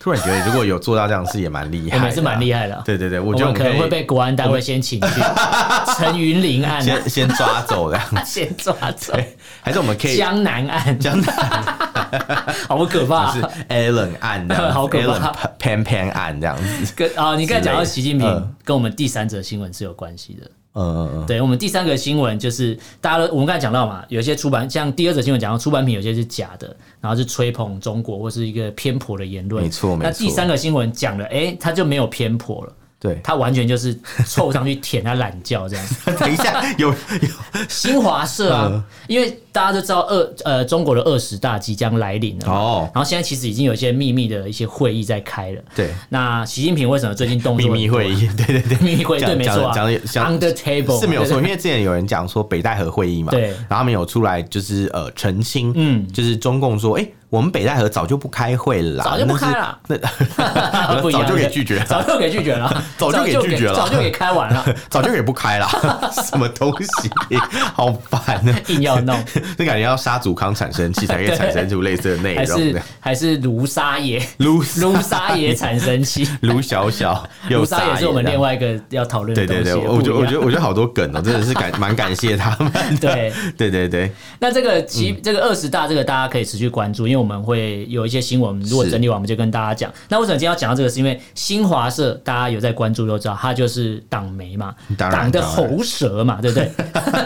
Speaker 2: 突然觉得如果有做到这样的事，也蛮厉害，
Speaker 1: 我们也是蛮厉。害的啊。
Speaker 2: 哎对对对，我
Speaker 1: 我
Speaker 2: 觉得
Speaker 1: 们可能
Speaker 2: 以
Speaker 1: 会被国安单位先请 去陈云林案啊，
Speaker 2: 先先抓走的，
Speaker 1: 先抓走。
Speaker 2: 还是我们可以
Speaker 1: 哎江南岸，
Speaker 2: 江南
Speaker 1: 好可怕、
Speaker 2: 是
Speaker 1: 啊！
Speaker 2: Allen 案这样子
Speaker 1: 好可怕
Speaker 2: ，Allen Pan Pan 案这样子。
Speaker 1: 跟啊、你刚才讲到
Speaker 2: 之类的
Speaker 1: 习近
Speaker 2: 嗯
Speaker 1: 平，跟我们第三则新闻是有关系的。
Speaker 2: 嗯嗯嗯。
Speaker 1: 对我们第三个新闻就是，大家都我们刚才讲到嘛，有些出版像第二则新闻讲到出版品有些是假的，然后是吹捧中国或是一个偏颇的言论，
Speaker 2: 没错没错
Speaker 1: 那第三个新闻讲了，哎、它就没有偏颇了，
Speaker 2: 对，
Speaker 1: 他完全就是凑上去舔他懒觉这样。
Speaker 2: 等一下有有
Speaker 1: 新华社
Speaker 2: 嗯
Speaker 1: 啊，因为大家都知道二呃中国的二十大即将来临了嘛，
Speaker 2: 哦
Speaker 1: 然后现在其实已经有一些秘密的一些会议在开了。
Speaker 2: 对
Speaker 1: 那习近平为什么最近动作
Speaker 2: 秘密会
Speaker 1: 议？
Speaker 2: 议，对对对，
Speaker 1: 秘密会议对，
Speaker 2: 讲
Speaker 1: 没错啊
Speaker 2: 讲得讲
Speaker 1: ，under table
Speaker 2: 是没有
Speaker 1: 对
Speaker 2: 错，因为之前有人讲说北戴河会议嘛，
Speaker 1: 对
Speaker 2: 然后他们有出来就是呃澄清，
Speaker 1: 嗯
Speaker 2: 嗯，就是中共说，哎、我们北戴河早就不开会了啦，
Speaker 1: 早就不开了，
Speaker 2: 那是，那
Speaker 1: 不一样
Speaker 2: 早就给拒绝了。
Speaker 1: 早就给拒绝了，
Speaker 2: 早就给拒绝了
Speaker 1: 早就给开完了，
Speaker 2: 早就给不 开了，什么东西，好烦啊！
Speaker 1: 硬要 弄，
Speaker 2: 这感觉要杀祖康产生器才可以产生出类似的内
Speaker 1: 还
Speaker 2: 容
Speaker 1: 是
Speaker 2: 的。
Speaker 1: 还是卢沙野，
Speaker 2: 哎卢
Speaker 1: 卢沙野产生器，
Speaker 2: 卢 小小，
Speaker 1: 卢
Speaker 2: 有
Speaker 1: 沙野是我们另外一个要讨论的
Speaker 2: 对
Speaker 1: 东西
Speaker 2: 对，对，
Speaker 1: 不
Speaker 2: 我觉得
Speaker 1: 一
Speaker 2: 我
Speaker 1: 样
Speaker 2: 觉得我觉得好多梗哦、真的是感蛮感谢他们 的。
Speaker 1: 对
Speaker 2: 对对对，
Speaker 1: 那这个其
Speaker 2: 嗯
Speaker 1: 这个二十大这个大家可以持续关注，因为我们会有一些新闻，如果整理完我们就跟大家讲。那为什么今天要讲到这个？是因为新华社大家有在关注都知道，它就是党媒嘛，
Speaker 2: 当然
Speaker 1: 党的
Speaker 2: 当然
Speaker 1: 喉舌嘛，对不对？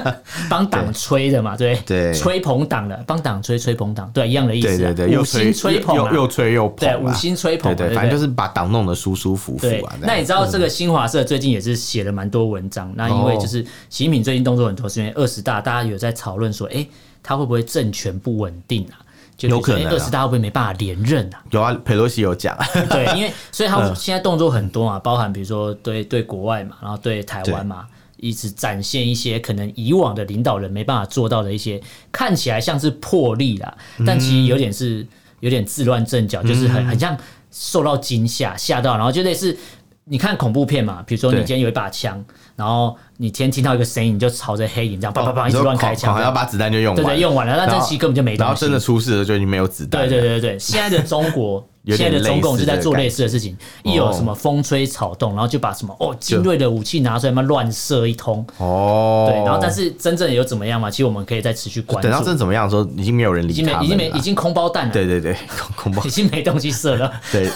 Speaker 1: 帮党吹的嘛，对不
Speaker 2: 对
Speaker 1: 吹捧党的，帮党吹吹捧党，对，一样的意
Speaker 2: 对
Speaker 1: 思啊
Speaker 2: 对对，。
Speaker 1: 五
Speaker 2: 又
Speaker 1: 星
Speaker 2: 吹
Speaker 1: 吹捧
Speaker 2: 又
Speaker 1: 啊
Speaker 2: 又，又吹又捧
Speaker 1: 对，
Speaker 2: 啊，
Speaker 1: 五星吹捧
Speaker 2: 对
Speaker 1: 啊，对
Speaker 2: 对，
Speaker 1: 不
Speaker 2: 反正
Speaker 1: 对
Speaker 2: 就是把党弄得舒舒服服
Speaker 1: 对
Speaker 2: 啊。，
Speaker 1: 那你
Speaker 2: 这
Speaker 1: 知道这个新华社最近也是写了蛮多文章，那
Speaker 2: 哦
Speaker 1: 因为就是习近平最近动作很多，是因为二十大大家有在讨论说，哎、他会不会政权不稳定啊？就
Speaker 2: 有可能啊
Speaker 1: 二十大会不会没办法连任啊？
Speaker 2: 样有啊，佩洛西有 讲，
Speaker 1: 对，因为所以
Speaker 2: 嗯
Speaker 1: 他现在动作很多嘛，包含比如说对对国外嘛，然后对台湾嘛，一直展现一些可能以往的领导人没办法做到的一些看起来像是魄力啦，
Speaker 2: 嗯
Speaker 1: 但其实有点是有点自乱阵脚，就是很很像受到惊吓吓到，然后就类似。你看恐怖片嘛，比如说你
Speaker 2: 对
Speaker 1: 今天有一把枪，然后你今天听到一个声音，你就朝着黑影这样叭叭叭一
Speaker 2: 你
Speaker 1: 直
Speaker 2: 说
Speaker 1: 乱开
Speaker 2: 好
Speaker 1: 枪
Speaker 2: 像
Speaker 1: 这
Speaker 2: 要
Speaker 1: 样，
Speaker 2: 把子弹就用
Speaker 1: 对
Speaker 2: 完，
Speaker 1: 对，用完了，那
Speaker 2: 然
Speaker 1: 这
Speaker 2: 后
Speaker 1: 期根本就没东
Speaker 2: 然
Speaker 1: 西。
Speaker 2: 后真的出事了就已经没有子弹了，。
Speaker 1: 对对对对，现在的中国
Speaker 2: 有
Speaker 1: 现
Speaker 2: 点
Speaker 1: 在的中共就
Speaker 2: 类似
Speaker 1: 在
Speaker 2: 这个
Speaker 1: 做
Speaker 2: 感哦
Speaker 1: 类似的事情，一有什么风吹草动，然后就把什么哦精锐的武器拿出来，嘛乱射一通。
Speaker 2: 哦，
Speaker 1: 对，然后但是真正有怎么样嘛？其实我们可以再持续关
Speaker 2: 等到
Speaker 1: 注
Speaker 2: 真。的怎么样的时候，已经没有人
Speaker 1: 已
Speaker 2: 理
Speaker 1: 经没
Speaker 2: 他们
Speaker 1: 已经没
Speaker 2: 了
Speaker 1: 已经空包弹了，
Speaker 2: 对对对，恐恐怖
Speaker 1: 已经没东西射了，
Speaker 2: 对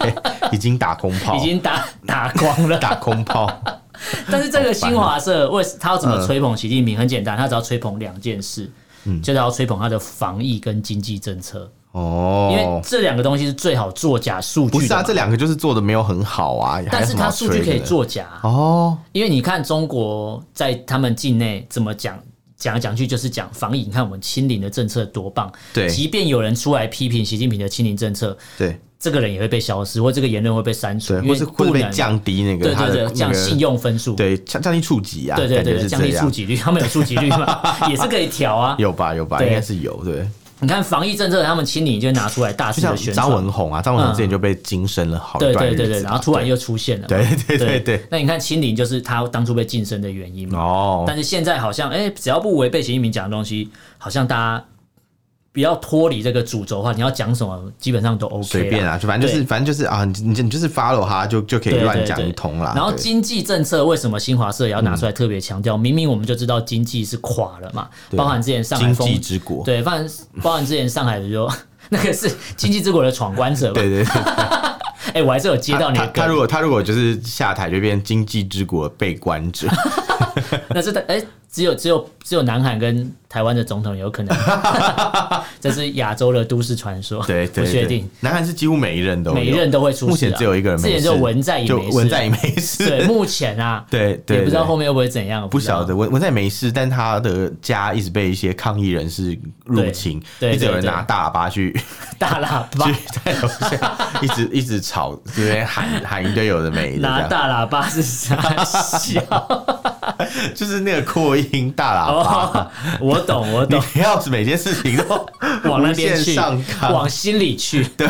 Speaker 2: 对，已经打空炮，
Speaker 1: 已经打 打光 了。
Speaker 2: 打空 炮，
Speaker 1: 但是这个新华社为他要怎么
Speaker 2: 嗯
Speaker 1: 吹捧习近平？很简单，他只要吹捧两件事，就是要吹捧他的防疫跟经济政策，因为
Speaker 2: 哦。
Speaker 1: 这两个东西是最好作假数
Speaker 2: 不
Speaker 1: 据
Speaker 2: 是
Speaker 1: 的
Speaker 2: 啊，
Speaker 1: 嘛。
Speaker 2: 这两个就是做的没有很好啊，还
Speaker 1: 但
Speaker 2: 有
Speaker 1: 是
Speaker 2: 什么
Speaker 1: 他
Speaker 2: 好
Speaker 1: 数据可以
Speaker 2: 吹的
Speaker 1: 作假啊，
Speaker 2: 哦，
Speaker 1: 因为你看中国在他们境内怎么讲讲来讲去就是讲防疫，你看我们清零的政策多棒，
Speaker 2: 对
Speaker 1: 即便有人出来批评习近平的清零政策，
Speaker 2: 对
Speaker 1: 这个人也会被消失，或这个言论会被删除，
Speaker 2: 对，
Speaker 1: 因
Speaker 2: 或
Speaker 1: 为
Speaker 2: 是或是
Speaker 1: 不
Speaker 2: 被
Speaker 1: 能
Speaker 2: 降低那
Speaker 1: 对
Speaker 2: 个他
Speaker 1: 对
Speaker 2: 的
Speaker 1: 对降
Speaker 2: 那个
Speaker 1: 信用分数，
Speaker 2: 对降降低触及啊，
Speaker 1: 对对
Speaker 2: 感觉
Speaker 1: 对对
Speaker 2: 是
Speaker 1: 降低
Speaker 2: 这样
Speaker 1: 触及率，他们有触及率 嘛，也是可以调啊。
Speaker 2: 有吧有吧，
Speaker 1: 对
Speaker 2: 应该是有对，
Speaker 1: 你看防疫政策，他们清零就拿出来大
Speaker 2: 就
Speaker 1: 肆
Speaker 2: 像
Speaker 1: 的宣
Speaker 2: 张
Speaker 1: 传。嗯
Speaker 2: 文宏啊，张文宏之前就被精神了好一
Speaker 1: 对
Speaker 2: 段
Speaker 1: 对
Speaker 2: 日子
Speaker 1: 对
Speaker 2: 嘛，
Speaker 1: 对，然后突然又出现了嘛，
Speaker 2: 对对对对对，
Speaker 1: 那你看清零就是他当初被晋升的原因嘛，
Speaker 2: 哦
Speaker 1: 但是现在好像，哎、只要不违背习近平讲的东西，好像大家不要脱离这个主轴的话，你要讲什么基本上都 OK 啦。
Speaker 2: 随便啊，就反正就是反正就是啊，你你你就是 follow 他就就可以
Speaker 1: 对
Speaker 2: 乱
Speaker 1: 对
Speaker 2: 讲
Speaker 1: 对
Speaker 2: 一通啦，
Speaker 1: 然后
Speaker 2: 对
Speaker 1: 经济政策为什么新华社也要拿出来特别强调？明明我们就知道经济是垮了嘛，包含之前上海
Speaker 2: 嗯啊经
Speaker 1: 封
Speaker 2: 济之国，
Speaker 1: 对，包含包含之前上海的就 那个是经济之国的闯关者嘛
Speaker 2: 对。对对，
Speaker 1: 哎、我还是有接到你
Speaker 2: 他
Speaker 1: 的
Speaker 2: 他如
Speaker 1: 梗，
Speaker 2: 果他如果就是下台就变经济之国被关 者，
Speaker 1: 那是的，哎、只有只有只有南韩跟台湾的总统有可能， 这是亚洲的都市传说，
Speaker 2: 对对，
Speaker 1: 不确
Speaker 2: 对
Speaker 1: 定。，
Speaker 2: 南韩是几乎每一哦任都有
Speaker 1: 每一任都会出事啊
Speaker 2: 目前只有一个人没
Speaker 1: 之
Speaker 2: 事，
Speaker 1: 前就文在寅
Speaker 2: 就
Speaker 1: 没事啊
Speaker 2: 文在寅没事，
Speaker 1: 对，目前啊，
Speaker 2: 对对
Speaker 1: 也不知道
Speaker 2: 对
Speaker 1: 后面会不会怎样，
Speaker 2: 不
Speaker 1: 知道
Speaker 2: 晓得。文文在没事，但他的家一直被一些抗议人士入侵，
Speaker 1: 对对
Speaker 2: 一直有人
Speaker 1: 对对
Speaker 2: 拿大喇叭去
Speaker 1: 大喇叭
Speaker 2: 去。在楼下一直一直吵，这边喊喊一堆有的没的，
Speaker 1: 拿
Speaker 2: 这样
Speaker 1: 大喇叭是啥 笑？
Speaker 2: 就是那个扩音大喇叭。
Speaker 1: 哦，我懂，我
Speaker 2: 你
Speaker 1: 懂，
Speaker 2: 不要每件事情都
Speaker 1: 往那边
Speaker 2: 无限
Speaker 1: 去，
Speaker 2: 上纲，
Speaker 1: 往心里去。
Speaker 2: 对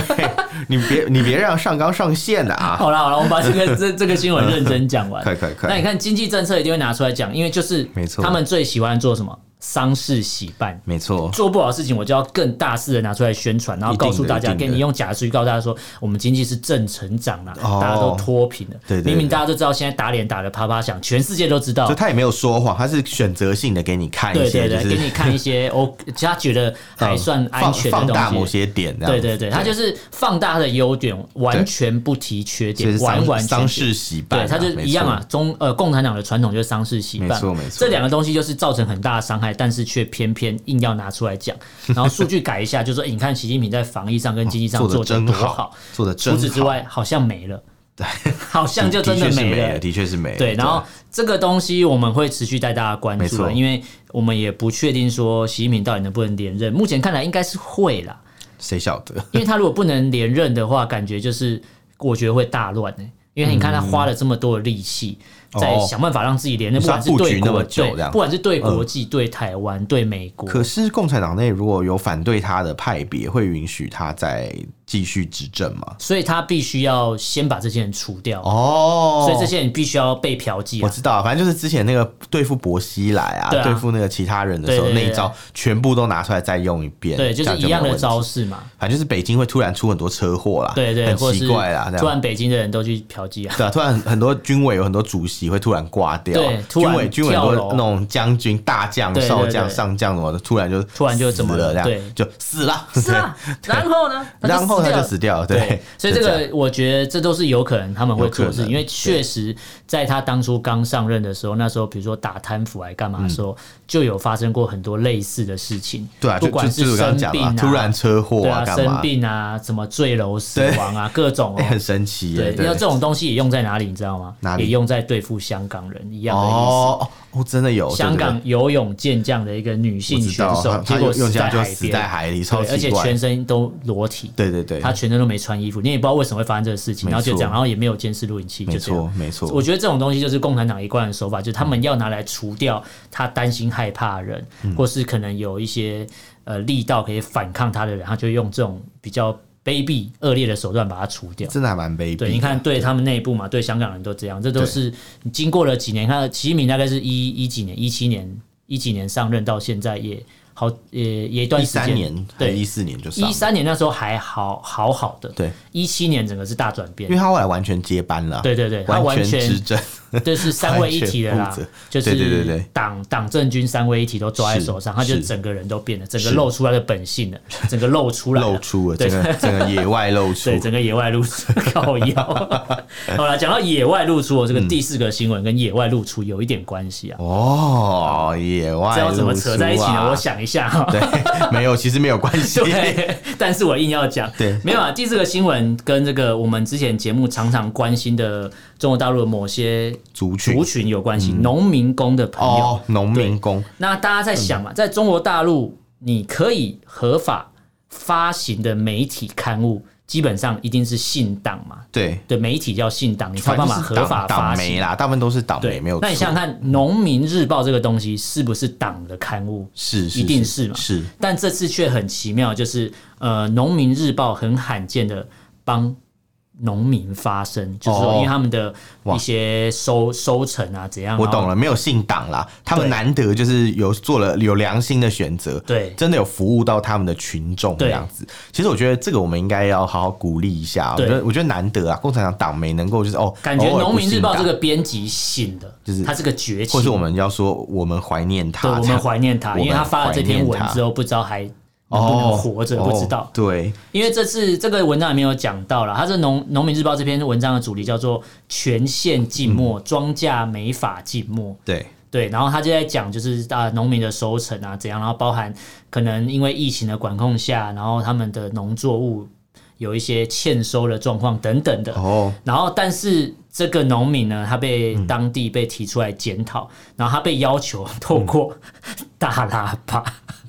Speaker 2: 你别你别让上纲上线的啊！
Speaker 1: 好了好了，我们把这 个这这个新闻认真讲完。
Speaker 2: 快快快
Speaker 1: 那你看经济政策一定会拿出来讲，因为就是
Speaker 2: 没错
Speaker 1: 他们最喜欢做什么丧事喜办。
Speaker 2: 没错，
Speaker 1: 做不好的事情，我就要更大肆的拿出来宣传，然后
Speaker 2: 一定
Speaker 1: 告
Speaker 2: 的
Speaker 1: 诉大家，
Speaker 2: 一定
Speaker 1: 给
Speaker 2: 的
Speaker 1: 你用假数据告诉大家说，我们经济是正成长啦，
Speaker 2: 哦
Speaker 1: 大家都脱贫了。
Speaker 2: 对对对
Speaker 1: 明明大家都知道现在打脸打的啪啪响，全世界都知道
Speaker 2: 就。他也没有说谎，他是选择性的给你看一
Speaker 1: 对对
Speaker 2: 些，就
Speaker 1: 对，
Speaker 2: 是嗯
Speaker 1: 给你看一 些哦，他觉得还算安全
Speaker 2: 放
Speaker 1: 的
Speaker 2: 放大某
Speaker 1: 东西。
Speaker 2: 些点，这样
Speaker 1: 对
Speaker 2: 子
Speaker 1: 对对，他就是放大他的优点，完全不提缺
Speaker 2: 就
Speaker 1: 点
Speaker 2: 是，
Speaker 1: 完
Speaker 2: 丧
Speaker 1: 完全
Speaker 2: 丧
Speaker 1: 全。
Speaker 2: 事喜办
Speaker 1: 对，
Speaker 2: 啊，
Speaker 1: 他就是
Speaker 2: 没
Speaker 1: 一样
Speaker 2: 错
Speaker 1: 啊，，中呃共产党的传统就是丧事喜办，
Speaker 2: 没错没错
Speaker 1: 这两个东西就是造成很大的伤害，但是却偏偏硬要拿出来讲，然 后数据改一下，就说、诶你看习近平在防疫上跟经济上做
Speaker 2: 做的
Speaker 1: 得
Speaker 2: 真
Speaker 1: 多
Speaker 2: 好，做的
Speaker 1: 除
Speaker 2: 真
Speaker 1: 此之
Speaker 2: 好，
Speaker 1: 外好像没了。 好像就真
Speaker 2: 的确是
Speaker 1: 没
Speaker 2: 没
Speaker 1: 了
Speaker 2: 了，。的确是没了。
Speaker 1: 对，然后这个东西我们会持续带大家关
Speaker 2: 没
Speaker 1: 注啊，
Speaker 2: 错
Speaker 1: 因为我们也不确定说习近平到底能不能连任。目前看来应该是会啦，
Speaker 2: 谁晓得？
Speaker 1: 因为他如果不能连任的话，感觉就是我觉得会大乱呢、因为你看他花了这么多的力气，
Speaker 2: 哦
Speaker 1: 在想办法让自己连任，
Speaker 2: 你
Speaker 1: 不
Speaker 2: 说他
Speaker 1: 管是对
Speaker 2: 布局那
Speaker 1: 国
Speaker 2: 么久
Speaker 1: 对
Speaker 2: 这，样嗯
Speaker 1: 不管是对国际、对台湾、对美国，
Speaker 2: 可是共产党内如果有反对他的派别，会允许他再继续执政吗？
Speaker 1: 所以他必须要先把这些人除掉，
Speaker 2: 哦，
Speaker 1: 所以这些人必须要被嫖妓
Speaker 2: 我
Speaker 1: 啊。
Speaker 2: 知道，反正就是之前那个对付薄熙来啊，
Speaker 1: 对啊
Speaker 2: 付那个其他人的时候，
Speaker 1: 对对对
Speaker 2: 那一招全部都拿出来再用一遍，
Speaker 1: 对，就是
Speaker 2: 这
Speaker 1: 一样
Speaker 2: 没有
Speaker 1: 的
Speaker 2: 问题
Speaker 1: 招。式嘛。
Speaker 2: 反正就是北京会突然出很多车祸啦，
Speaker 1: 对对，或者
Speaker 2: 很
Speaker 1: 是
Speaker 2: 奇怪啦，这
Speaker 1: 突
Speaker 2: 样。
Speaker 1: 然北京的人都去嫖妓啊。
Speaker 2: 对啊，突然很很多军委有很多主席会突然挂掉，
Speaker 1: 对突然
Speaker 2: 军委军委很
Speaker 1: 跳
Speaker 2: 多
Speaker 1: 楼
Speaker 2: 那种将军、大将、
Speaker 1: 对对
Speaker 2: 少将、
Speaker 1: 对
Speaker 2: 上将什么的，突然就
Speaker 1: 突然就怎么
Speaker 2: 死
Speaker 1: 了
Speaker 2: 了，这
Speaker 1: 对
Speaker 2: 样就死了，
Speaker 1: 是 啊，然后呢？
Speaker 2: 然后
Speaker 1: 死掉
Speaker 2: 他就
Speaker 1: 了
Speaker 2: 死掉了，
Speaker 1: 对
Speaker 2: 对，，
Speaker 1: 所以这
Speaker 2: 就样
Speaker 1: 个我觉得这都是有可能他们会做的事情，
Speaker 2: 有可能
Speaker 1: 因为确实在他当初刚上任的时候，那时候比如说打贪腐还干嘛的时候，就有发生过很多类似的事情，
Speaker 2: 嗯对啊，
Speaker 1: 不
Speaker 2: 就
Speaker 1: 管
Speaker 2: 就就是我刚
Speaker 1: 生
Speaker 2: 刚讲
Speaker 1: 病
Speaker 2: 了，
Speaker 1: 啊，
Speaker 2: 突然车祸
Speaker 1: 对
Speaker 2: 啊，
Speaker 1: 啊，
Speaker 2: 干
Speaker 1: 生
Speaker 2: 嘛？
Speaker 1: 病啊，什么坠楼死亡啊，各种哦
Speaker 2: 哎，。很神奇耶，
Speaker 1: 对，
Speaker 2: 对
Speaker 1: 要这种东西也用在哪里，你知道吗？
Speaker 2: 哪里
Speaker 1: 也用在对付香港人一样的意思。
Speaker 2: 哦哦哦，真的有
Speaker 1: 香港游泳健将的一个女
Speaker 2: 我
Speaker 1: 性
Speaker 2: 知
Speaker 1: 选
Speaker 2: 道，
Speaker 1: 手
Speaker 2: 他，
Speaker 1: 结
Speaker 2: 他
Speaker 1: 果
Speaker 2: 用用
Speaker 1: 死
Speaker 2: 这样
Speaker 1: 在
Speaker 2: 就
Speaker 1: 海
Speaker 2: 死在
Speaker 1: 边，
Speaker 2: 海里，超
Speaker 1: 对，而
Speaker 2: 奇
Speaker 1: 且
Speaker 2: 怪
Speaker 1: 全。身都裸体，
Speaker 2: 对对对，
Speaker 1: 他全身都没穿衣服，你也不知道为什么会发生这个事情，
Speaker 2: 没错
Speaker 1: 然后就这样，然后也没有监视录影器，
Speaker 2: 没
Speaker 1: 就这
Speaker 2: 错
Speaker 1: 样。
Speaker 2: 没错，嗯
Speaker 1: 我觉得这种东西就是共产党一贯的手法，就是他们要拿来除掉他担心害怕的人，或是可能有一些呃力道可以反抗他的人，他就用这种比较卑鄙、恶劣的手段把他除掉。
Speaker 2: 真的还蛮卑
Speaker 1: 对，你
Speaker 2: 鄙。
Speaker 1: 看，对他们内部嘛，对香港人都这样，这都
Speaker 2: 对
Speaker 1: 是你经过了几年，看习近平大概是一一几年、一七年、一几年上任到现在也好也也一段
Speaker 2: 一
Speaker 1: 时间，
Speaker 2: 三年还
Speaker 1: 对
Speaker 2: 是一四年就上
Speaker 1: 一
Speaker 2: 了，
Speaker 1: 三年那时候还好好好的，
Speaker 2: 对，
Speaker 1: 一七年整个是大转变
Speaker 2: 因为，他后来完全接班了，
Speaker 1: 对对对，他完
Speaker 2: 全 执
Speaker 1: 全
Speaker 2: 政，
Speaker 1: 就是三位一体的啦
Speaker 2: 完全负责，
Speaker 1: 就
Speaker 2: 对对对
Speaker 1: 是
Speaker 2: 对
Speaker 1: 党党政军三位一体都抓在
Speaker 2: 是
Speaker 1: 手上，他就是整个人都变了，整个
Speaker 2: 是
Speaker 1: 露出他的本性了，整个露出来了，
Speaker 2: 露出了
Speaker 1: 对
Speaker 2: 整个整个野外露出
Speaker 1: 对，整个野外露出 靠腰。 好了，讲到野外露出，我这个
Speaker 2: 嗯
Speaker 1: 第四个新闻跟野外露出有一点关系啊，
Speaker 2: 哦，野外
Speaker 1: 这要怎么
Speaker 2: 露出
Speaker 1: 扯在一起呢？
Speaker 2: 啊
Speaker 1: 我想一下哈。
Speaker 2: 对， 没有，其实没 有关系，
Speaker 1: 对，但是我硬要讲，
Speaker 2: 对
Speaker 1: 没有啊。第四个新闻跟这个我们之前节目常常关心的中国大陆的某些
Speaker 2: 族群嗯
Speaker 1: 族群有关系，农民工的朋友。
Speaker 2: 哦，嗯农民工
Speaker 1: 那大家在想嘛，在中国大陆，你可以合法发行的媒体刊物，基本上一定是信党嘛，
Speaker 2: 对，
Speaker 1: 对，媒体叫信党，你才有
Speaker 2: 反
Speaker 1: 办
Speaker 2: 正
Speaker 1: 法
Speaker 2: 就是
Speaker 1: 合法
Speaker 2: 党
Speaker 1: 发
Speaker 2: 党媒
Speaker 1: 行。
Speaker 2: 啦，大部分都是党媒，
Speaker 1: 对
Speaker 2: 没有，错。
Speaker 1: 那你想想看，《农民日报》这个东西是不是党的刊物？
Speaker 2: 是是
Speaker 1: 一定是嘛
Speaker 2: 是
Speaker 1: 但这次却很奇妙，就是呃，《农民日报》很罕见的帮农民发声，就是说
Speaker 2: 哦
Speaker 1: 因为他们的
Speaker 2: 哇
Speaker 1: 一些收收成啊，怎样？
Speaker 2: 我懂
Speaker 1: 了，
Speaker 2: 了，没有信党啦，他们
Speaker 1: 对
Speaker 2: 难得就是有做了有良心的选择，
Speaker 1: 对
Speaker 2: 真的有服务到他们的群众
Speaker 1: 对
Speaker 2: 这样子。其实我觉得这个我们应该要好好鼓励一下，我
Speaker 1: 对
Speaker 2: 觉得我觉得难得啊，共产党党媒能够就是哦，
Speaker 1: 感觉
Speaker 2: 偶
Speaker 1: 《
Speaker 2: 尔不
Speaker 1: 农民日报》这
Speaker 2: 信党
Speaker 1: 个编辑醒了，
Speaker 2: 就是
Speaker 1: 他是个绝情，
Speaker 2: 或是我们要说我们怀念他
Speaker 1: 对，
Speaker 2: 这
Speaker 1: 我
Speaker 2: 样，
Speaker 1: 们怀念他，因为他发了这篇文之
Speaker 2: 后
Speaker 1: 后，不知道还能不能活着，不知道。
Speaker 2: 哦对，
Speaker 1: 因为这次这个文章也没有讲到了，它是农农民日报这篇文章的主题叫做“全县静
Speaker 2: 嗯
Speaker 1: 默，庄稼没法静默
Speaker 2: 对，”。
Speaker 1: 对，然后他就在讲就是啊农民的收成啊怎样，然后包含可能因为疫情的管控下，然后他们的农作物有一些欠收的状况等等的。
Speaker 2: 哦，
Speaker 1: 然后，但是这个农民呢，他被
Speaker 2: 嗯
Speaker 1: 当地被提出来检讨，然后他被要求透过大喇叭，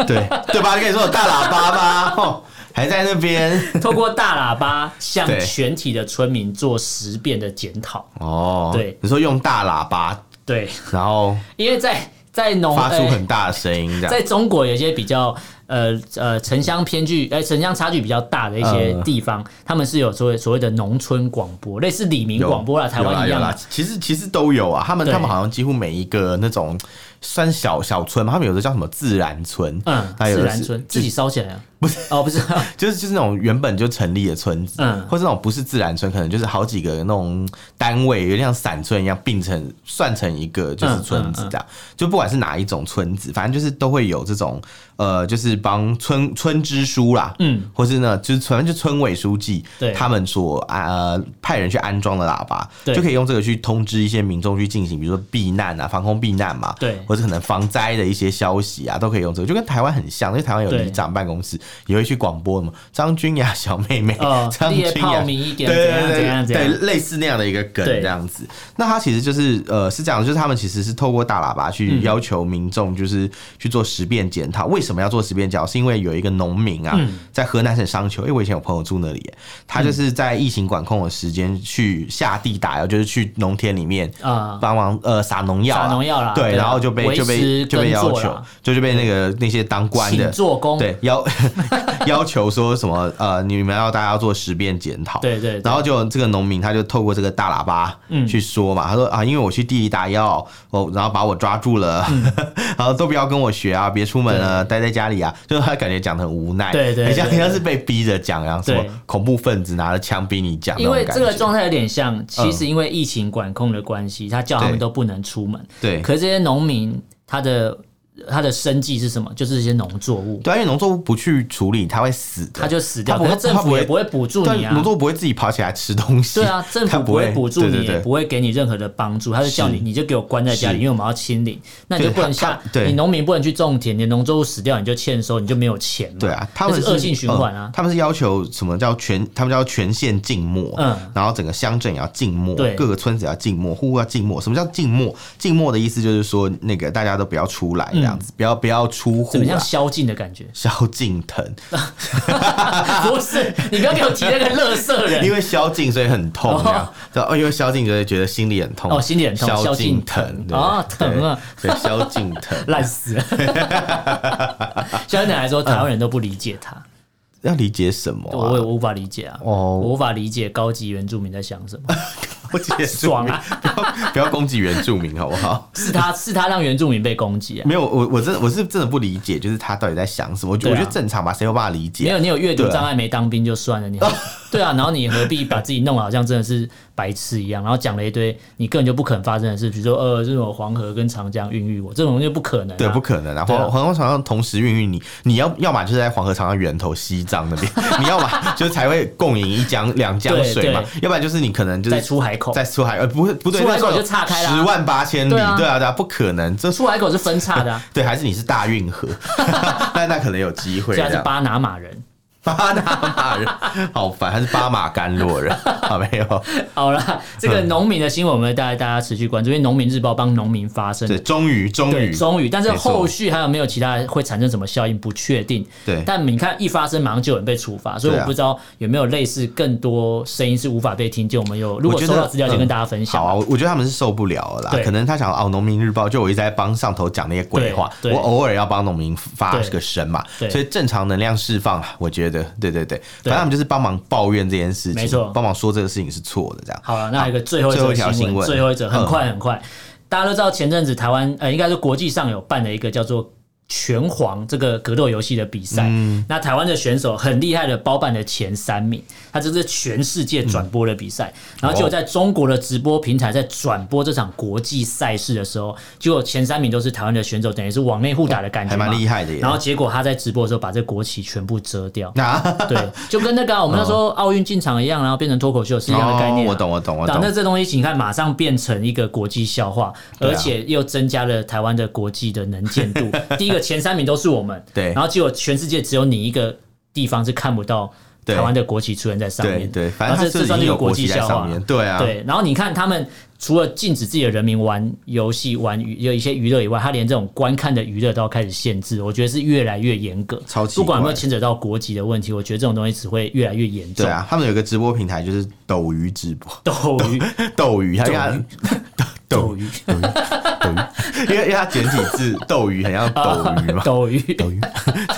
Speaker 2: 对，对吧？跟你说有大喇叭吗？哦，还在那边
Speaker 1: 透过大喇叭向
Speaker 2: 对
Speaker 1: 全体的村民做十遍的检讨。
Speaker 2: 哦，
Speaker 1: 对
Speaker 2: 你说用大喇叭，
Speaker 1: 对，
Speaker 2: 然后
Speaker 1: 因为在在农
Speaker 2: 发出
Speaker 1: 呃
Speaker 2: 很大的声音，这样
Speaker 1: 在中国有一些比较呃呃城乡偏距呃城乡差距比较大的一些
Speaker 2: 嗯
Speaker 1: 地方，他们是有所谓所谓的农村广播，类似李明
Speaker 2: 有
Speaker 1: 广播啦，台
Speaker 2: 有啦
Speaker 1: 湾一样
Speaker 2: 有啦
Speaker 1: 嘛。
Speaker 2: 其实其实都有啊，他们
Speaker 1: 对
Speaker 2: 他们好像几乎每一个那种算小小村嘛，他们有的叫什么自然村，
Speaker 1: 嗯，
Speaker 2: 还有
Speaker 1: 自
Speaker 2: 的
Speaker 1: 然
Speaker 2: 是
Speaker 1: 村
Speaker 2: 就
Speaker 1: 自己烧起来啊？不是哦，不是，
Speaker 2: 就是就是那种原本就成立的村子，
Speaker 1: 嗯
Speaker 2: 或是那种不是自然村，可能就是好几个那种单位，有点像散村一样并成
Speaker 1: 嗯
Speaker 2: 算成一个就是村子这样。就不管是哪一种村子，反正就是都会有这种呃，就是帮村村支书啦，嗯， 或是呢，就是反正就村委书记，
Speaker 1: 对
Speaker 2: 他们所呃派人去安装的喇叭，
Speaker 1: 对
Speaker 2: 就可以用这个去通知一些民众去进行，比如说避难啊、防空避难嘛，
Speaker 1: 对
Speaker 2: 或者可能防灾的一些消息啊，都可以用这个，就跟台湾很像，因为台湾有
Speaker 1: 对
Speaker 2: 里长办公室也会去广播嘛，张君雅小妹妹
Speaker 1: 哦，
Speaker 2: 张
Speaker 1: 烈
Speaker 2: 君
Speaker 1: 泡。
Speaker 2: 雅
Speaker 1: 米一
Speaker 2: 啊对
Speaker 1: 点，怎样怎
Speaker 2: 对
Speaker 1: 样
Speaker 2: 对
Speaker 1: 怎
Speaker 2: 对，
Speaker 1: 样，
Speaker 2: 类似那样的一个梗
Speaker 1: 对
Speaker 2: 这样子。那他其实就是呃，是这样的，就是他们其实是透过大喇叭
Speaker 1: 嗯
Speaker 2: 去要求民众，就是去做十遍检讨。为什么要做十遍检讨？是因为有一个农民啊，
Speaker 1: 嗯
Speaker 2: 在河南省商丘，因为我以前有朋友住那里耶，他就是在疫情管控的时间去下地打药，就是去农田里面
Speaker 1: 啊
Speaker 2: 帮忙呃撒农药啊，
Speaker 1: 撒农药啦对
Speaker 2: 对，
Speaker 1: 啊
Speaker 2: 然后就被
Speaker 1: 维
Speaker 2: 就
Speaker 1: 持
Speaker 2: 被就被
Speaker 1: 耕
Speaker 2: 要
Speaker 1: 作
Speaker 2: 求
Speaker 1: 啦，
Speaker 2: 就就被那个那些当官的
Speaker 1: 请做工，
Speaker 2: 对要 要求说什么呃，你们要大家要做十遍检讨，
Speaker 1: 对对对
Speaker 2: 然后就这个农民他就透过这个大喇叭
Speaker 1: 嗯
Speaker 2: 去说嘛，他说啊，因为我去地里打药，我然后把我抓住了，
Speaker 1: 嗯
Speaker 2: 然后都不要跟我学啊，别出门了，待在家里啊，就是他感觉讲的很无奈，
Speaker 1: 对对
Speaker 2: 很像
Speaker 1: 对
Speaker 2: 很像是被逼着讲，然后什么
Speaker 1: 对
Speaker 2: 恐怖分子拿着枪逼你讲那
Speaker 1: 因
Speaker 2: 种
Speaker 1: 为
Speaker 2: 感觉，嗯
Speaker 1: 这个状态有点像，其实因为疫情管控的关系，他叫他
Speaker 2: 对
Speaker 1: 们都不能出门。
Speaker 2: 对
Speaker 1: 可是这些农民他的他的生计是什么？就是一些农作物，
Speaker 2: 对啊，因为农作物不去处理，它会死的，
Speaker 1: 他就死掉。
Speaker 2: 他不
Speaker 1: 可
Speaker 2: 会
Speaker 1: 是政
Speaker 2: 他不
Speaker 1: 府
Speaker 2: 会
Speaker 1: 也不会补助
Speaker 2: 但
Speaker 1: 你啊
Speaker 2: 农。作物不会自己爬起来吃东西，
Speaker 1: 对啊，政
Speaker 2: 它
Speaker 1: 府
Speaker 2: 不
Speaker 1: 会补助
Speaker 2: 对
Speaker 1: 你，
Speaker 2: 对
Speaker 1: 也
Speaker 2: 对
Speaker 1: 不会给你任何的帮助，他就叫你，
Speaker 2: 是
Speaker 1: 你就给我关在家里，
Speaker 2: 是
Speaker 1: 因为我们要清理，那你
Speaker 2: 对
Speaker 1: 就不能
Speaker 2: 他
Speaker 1: 下
Speaker 2: 他，对
Speaker 1: 你农民不能去种田，你的农作物死掉，你就欠收，你就没有钱嘛。
Speaker 2: 对啊，他们
Speaker 1: 嗯这是恶性循环啊
Speaker 2: 嗯他们是要求什么叫全，他们叫全县静默，
Speaker 1: 嗯
Speaker 2: 然后整个乡镇也要静默，
Speaker 1: 对
Speaker 2: 各个村子也要静默，户户要静默。什么叫静默？静默的意思就是说，那个大家都不要出来，这样子，不要不要出户
Speaker 1: 嗯怎么像
Speaker 2: 啊。
Speaker 1: 宵禁的感觉？
Speaker 2: 萧敬腾，
Speaker 1: 不是，你不要给我提那个乐色 人，
Speaker 2: 因为萧敬所以很痛，
Speaker 1: 哦
Speaker 2: 这样，对哦，因为萧敬所以觉得心里很痛，
Speaker 1: 哦心里很痛
Speaker 2: 萧
Speaker 1: 萧
Speaker 2: 敬
Speaker 1: 敬
Speaker 2: 腾
Speaker 1: 腾
Speaker 2: 对
Speaker 1: 啊
Speaker 2: 对
Speaker 1: 疼啊，
Speaker 2: 对，萧敬 腾，
Speaker 1: 烂死了。相对来说，台湾人都不理解他，
Speaker 2: 要理解什么
Speaker 1: 我也
Speaker 2: 啊？
Speaker 1: 我无法理解啊，
Speaker 2: 哦
Speaker 1: 我无法理解高级原住民在想什么。
Speaker 2: 我解
Speaker 1: 爽啊！
Speaker 2: 不要不要攻击原住民好不好？
Speaker 1: 是他是他让原住民被攻击啊？
Speaker 2: 没有，我我真的我是真的不理解，就是他到底在想什么。我觉得、
Speaker 1: 对啊
Speaker 2: 我觉得正常吧，谁有办法理
Speaker 1: 没
Speaker 2: 解？
Speaker 1: 有，你有阅读
Speaker 2: 对啊
Speaker 1: 障碍没当兵就算了，你 对啊，然后你何必把自己弄得好像真的是白痴一样，然后讲了一堆你根本就不可能发生的事，比如说呃，这种黄河跟长江孕育我，这种东西不可能、啊，
Speaker 2: 对，不可能啊！
Speaker 1: 对啊
Speaker 2: 黄黄河长江同时孕育你，你要要么就是在黄河长江源头西藏那边， 你要么就是才会共饮一江两江
Speaker 1: 对
Speaker 2: 水嘛
Speaker 1: 对，
Speaker 2: 要不然就是你可能就
Speaker 1: 再
Speaker 2: 是
Speaker 1: 出海口，
Speaker 2: 在出海，呃，不会不对，
Speaker 1: 出海口
Speaker 2: 那时
Speaker 1: 就
Speaker 2: 候
Speaker 1: 岔开啦
Speaker 2: 十万八千里，对
Speaker 1: 对啊
Speaker 2: 啊，对啊，不可能，这
Speaker 1: 出海口是分叉 的、啊，
Speaker 2: 对还是你是大运河， 那那可能有机
Speaker 1: 所
Speaker 2: 会
Speaker 1: 以
Speaker 2: 这
Speaker 1: 他是
Speaker 2: 样。
Speaker 1: 巴拿马人。
Speaker 2: 巴拿马人好烦，他是巴马甘洛人， 好没有？
Speaker 1: 好啦，这个
Speaker 2: 嗯
Speaker 1: 农民的新闻，我们带大家持续关注，因为农民日报帮农民发声。
Speaker 2: 对，终于终
Speaker 1: 对，
Speaker 2: 于
Speaker 1: 终于，但是
Speaker 2: 没错
Speaker 1: 后续还有没有其他会产生什么效应不确定。
Speaker 2: 对
Speaker 1: 但你看一发生马上就有人被处罚，所以
Speaker 2: 对啊
Speaker 1: 我不知道有没有类似更多声音是无法被听见。我们有如
Speaker 2: 我
Speaker 1: 果
Speaker 2: 觉
Speaker 1: 收
Speaker 2: 得
Speaker 1: 到资料就跟大家分享。
Speaker 2: 好啊，我我觉得他们是受不了了啦，
Speaker 1: 对
Speaker 2: 可能他想哦，《农民日报》就我一直在帮上头讲那些鬼话，
Speaker 1: 对
Speaker 2: 我
Speaker 1: 对
Speaker 2: 偶尔要帮农民发
Speaker 1: 对
Speaker 2: 个声嘛，
Speaker 1: 对
Speaker 2: 所以正常能量释放啊，我觉得，对对对，反
Speaker 1: 对
Speaker 2: 正他们就是帮忙抱怨这件事情，
Speaker 1: 没错
Speaker 2: 帮忙说这个事情是错的，这样。
Speaker 1: 好了，那还有一个最后一
Speaker 2: 最后
Speaker 1: 则
Speaker 2: 一条新
Speaker 1: 新
Speaker 2: 闻
Speaker 1: 闻，最后一则很
Speaker 2: 嗯
Speaker 1: 快很快。大家都知道前阵子台湾呃，应该是国际上有办了一个叫做。拳皇这个格斗游戏的比赛，
Speaker 2: 嗯
Speaker 1: 那台湾的选手很厉害的包办了前三名，他这是全世界转播的比赛，然后结果在中国的直播平台在转播这场国际赛事的时候，结果前三名都是台湾的选手，等于是往内互打的感觉
Speaker 2: 哦还
Speaker 1: 嘛，
Speaker 2: 蛮厉害的耶
Speaker 1: 然后结果他在直播的时候把这国旗全部遮掉，
Speaker 2: 那
Speaker 1: 对，就跟那个啊、我们那时候奥运进场一样，然后变成脱口秀是一样的概念、啊
Speaker 2: 哦哦我懂我懂我
Speaker 1: 对啊
Speaker 2: 懂
Speaker 1: 那这东西你看，马上变成一个国际笑话，
Speaker 2: 对啊
Speaker 1: 而且又增加了台湾的国际的能见 度。第一个前三名都是我们，
Speaker 2: 对
Speaker 1: 然后结果全世界只有你一个地方是看不到
Speaker 2: 对
Speaker 1: 台湾的国旗出现在上
Speaker 2: 对
Speaker 1: 面，
Speaker 2: 对，反
Speaker 1: 然
Speaker 2: 正
Speaker 1: 后
Speaker 2: 他
Speaker 1: 这
Speaker 2: 是
Speaker 1: 这
Speaker 2: 已
Speaker 1: 算是
Speaker 2: 经
Speaker 1: 一个
Speaker 2: 有
Speaker 1: 国
Speaker 2: 国
Speaker 1: 际
Speaker 2: 旗在
Speaker 1: 笑
Speaker 2: 上
Speaker 1: 话
Speaker 2: 面，。对啊，
Speaker 1: 对，然后你看他们除了禁止自己的人民玩游戏、玩娱有一些娱乐以外，他连这种观看的娱乐都要开始限制，我觉得是越来越严格。
Speaker 2: 超奇怪
Speaker 1: 不管有没有牵扯到国籍的问题，我觉得这种东西只会越来越严重。
Speaker 2: 对啊，他们有个直播平台就是斗鱼直 播，
Speaker 1: 斗鱼，
Speaker 2: 斗鱼，他因为他斗
Speaker 1: 斗鱼，
Speaker 2: 斗鱼， 因为因为他简体字斗鱼很像斗 鱼嘛，
Speaker 1: 斗鱼，
Speaker 2: 抖音，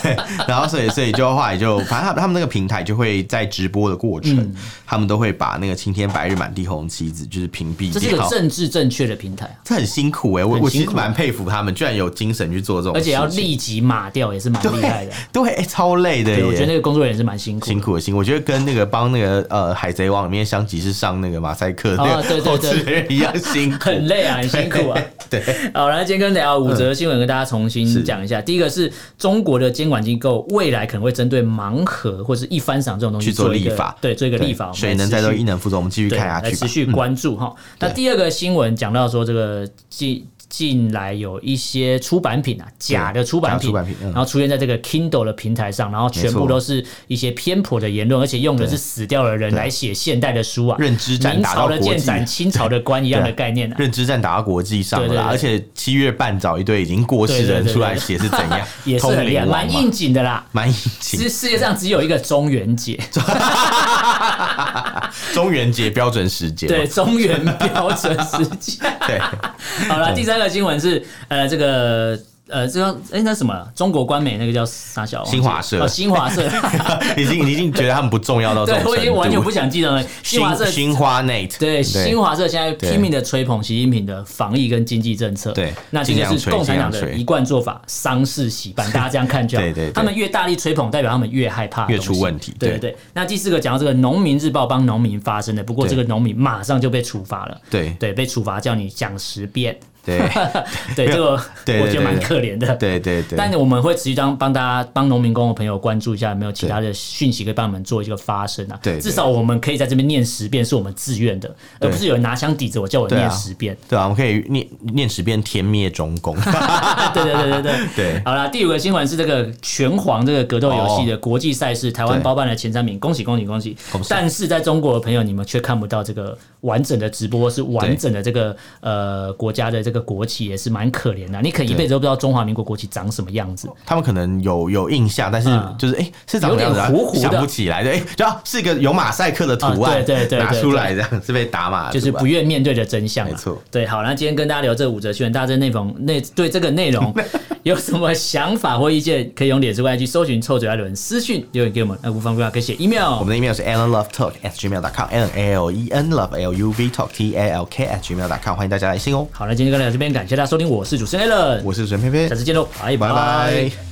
Speaker 2: 对， 然后所以所以就后来就，反正他他们那个平台就会在直播的过程，
Speaker 1: 嗯
Speaker 2: 他们都会把那个青天白日满地红旗子就是屏蔽
Speaker 1: 这是一
Speaker 2: 掉
Speaker 1: 个。政治正确的平台啊，
Speaker 2: 这很辛苦哎、我
Speaker 1: 很
Speaker 2: 我其
Speaker 1: 辛
Speaker 2: 实
Speaker 1: 苦
Speaker 2: 蛮佩服他们，居然有精神去做这种
Speaker 1: 而
Speaker 2: 事
Speaker 1: 且
Speaker 2: 情，
Speaker 1: 要立即码掉也是蛮厉害的。
Speaker 2: 对、欸超累的
Speaker 1: 对，我觉得
Speaker 2: 耶。
Speaker 1: 那个工作人员是蛮辛苦的
Speaker 2: 辛。苦的辛苦，我觉得跟那个帮那个呃《海贼王》里面香吉士上那个马赛克那
Speaker 1: 哦对
Speaker 2: 个
Speaker 1: 对
Speaker 2: 后置
Speaker 1: 对
Speaker 2: 人员一样辛苦，
Speaker 1: 很累啊，很辛苦啊。
Speaker 2: 对，
Speaker 1: 好然后今天跟大家五则新闻跟大家重新讲一下。第一个是中国的监管机构未来可能会针对盲盒或者一翻赏这种东西
Speaker 2: 去做
Speaker 1: 一个
Speaker 2: 立法
Speaker 1: 对，做一个
Speaker 2: 对
Speaker 1: 立法。
Speaker 2: 水能载舟，亦能覆舟，我们继续
Speaker 1: 对，
Speaker 2: 看下
Speaker 1: 来
Speaker 2: 啊去吧嗯
Speaker 1: 持。续关注哈。那第二个新闻讲到说，这个近近来有一些出版品啊，假的出版
Speaker 2: 假
Speaker 1: 品，
Speaker 2: 出版品嗯
Speaker 1: 然后出现在这个 Kindle 的平台上，然后全
Speaker 2: 没
Speaker 1: 部
Speaker 2: 错
Speaker 1: 都是一些偏颇的言论，而且用的是
Speaker 2: 对
Speaker 1: 死掉的人来写现代的书啊，
Speaker 2: 认知战
Speaker 1: 明
Speaker 2: 打到
Speaker 1: 朝的
Speaker 2: 国
Speaker 1: 剑
Speaker 2: 际
Speaker 1: 斩清朝的官一样的概念啊。
Speaker 2: 认知战打到国际上了啦，
Speaker 1: 对
Speaker 2: 而
Speaker 1: 对
Speaker 2: 且七月半找一堆已经过世的人
Speaker 1: 对对对对，
Speaker 2: 出来写是怎样
Speaker 1: 也是
Speaker 2: 通
Speaker 1: 很厉害，
Speaker 2: 灵王
Speaker 1: 蛮
Speaker 2: 嘛，
Speaker 1: 应景的啦。
Speaker 2: 蛮应景。
Speaker 1: 世世界上只有一个中元 节，
Speaker 2: 中元节标准时间嘛，
Speaker 1: 对中元标准时 间。
Speaker 2: 对，
Speaker 1: 好了，第三个新闻是呃，这个呃，这个哎、那什么，中国官媒那个叫啥小？
Speaker 2: 新华社
Speaker 1: 哦，新华社，
Speaker 2: 已经已经觉得他们不重要到这
Speaker 1: 对
Speaker 2: 种
Speaker 1: 我已经完全
Speaker 2: 程
Speaker 1: 不
Speaker 2: 度。
Speaker 1: 想记得了。新华社
Speaker 2: 新新花 Nate
Speaker 1: 对新华社现在拼命的吹捧习近平的防疫跟经济政策，
Speaker 2: 对
Speaker 1: 那这
Speaker 2: 尽量
Speaker 1: 个是
Speaker 2: 吹
Speaker 1: 共产党
Speaker 2: 尽量
Speaker 1: 的
Speaker 2: 吹
Speaker 1: 一贯做法，丧事喜 办，大家这样看就好。
Speaker 2: 对对对
Speaker 1: 他们越大力吹捧，代表他们越害怕，
Speaker 2: 越出问题
Speaker 1: 对对对。那第四个讲到这个《农民日报》帮农民发声的，不过这个农民马上就被处罚了，
Speaker 2: 对
Speaker 1: 对，被处罚叫你讲十遍。
Speaker 2: 对
Speaker 1: 对，这个
Speaker 2: 对对
Speaker 1: 我觉得蛮
Speaker 2: 对
Speaker 1: 可怜的。
Speaker 2: 对对对，
Speaker 1: 但我们会持续当帮大家帮农民工的朋友关注一下，有没有其他的讯息可以帮我们做一个发声啊？
Speaker 2: 对对
Speaker 1: 至少我们可以在这边念十遍，是我们自愿的，而
Speaker 2: 对
Speaker 1: 不是有人拿枪抵着我叫我
Speaker 2: 对啊
Speaker 1: 念十遍。
Speaker 2: 对啊，我们可以念念十遍天灭 中共，
Speaker 1: 对对对对对
Speaker 2: 啊对
Speaker 1: 好啦，第五个新闻是这个拳皇这个格斗游戏的国际赛事，台湾
Speaker 2: 对
Speaker 1: 包办了前三名，恭喜恭喜恭喜！
Speaker 2: 哦恭喜
Speaker 1: 但是在中国的朋友，你们却看不到这个完整的直播，是完整的这个呃国家的这个国旗，也是蛮可怜的。你可能一辈子都不知道中华民国国旗长什么样子。
Speaker 2: 他们可能有有印象，但是
Speaker 1: 嗯
Speaker 2: 就是哎、是长什么样子啊
Speaker 1: 有点糊糊的
Speaker 2: 想不起来，对，哎就啊是个有马赛克的图
Speaker 1: 啊
Speaker 2: 案，
Speaker 1: 对对对对
Speaker 2: 拿出来这样是被打码的图案，
Speaker 1: 就是不愿面对的真相、啊。
Speaker 2: 啊没错，
Speaker 1: 对，好，那今天跟大家聊这五则新闻，大家对内容内对这个内 容有什么想法或意见，可以用脸书 IG 搜寻“臭嘴艾伦”私讯留言给我们，那无妨不妨可以写 email
Speaker 2: 我。们的 email 是 alanlovetalk at gmail.com，alan a l e n love l u v talk t a l k at gmail.com，欢迎大家来信哦。
Speaker 1: 好，那今天就跟大家聊到这边，感谢大家收听，我是主持人 a l l n
Speaker 2: 我是主持人偏偏
Speaker 1: 下，次见喽，拜
Speaker 2: 拜拜。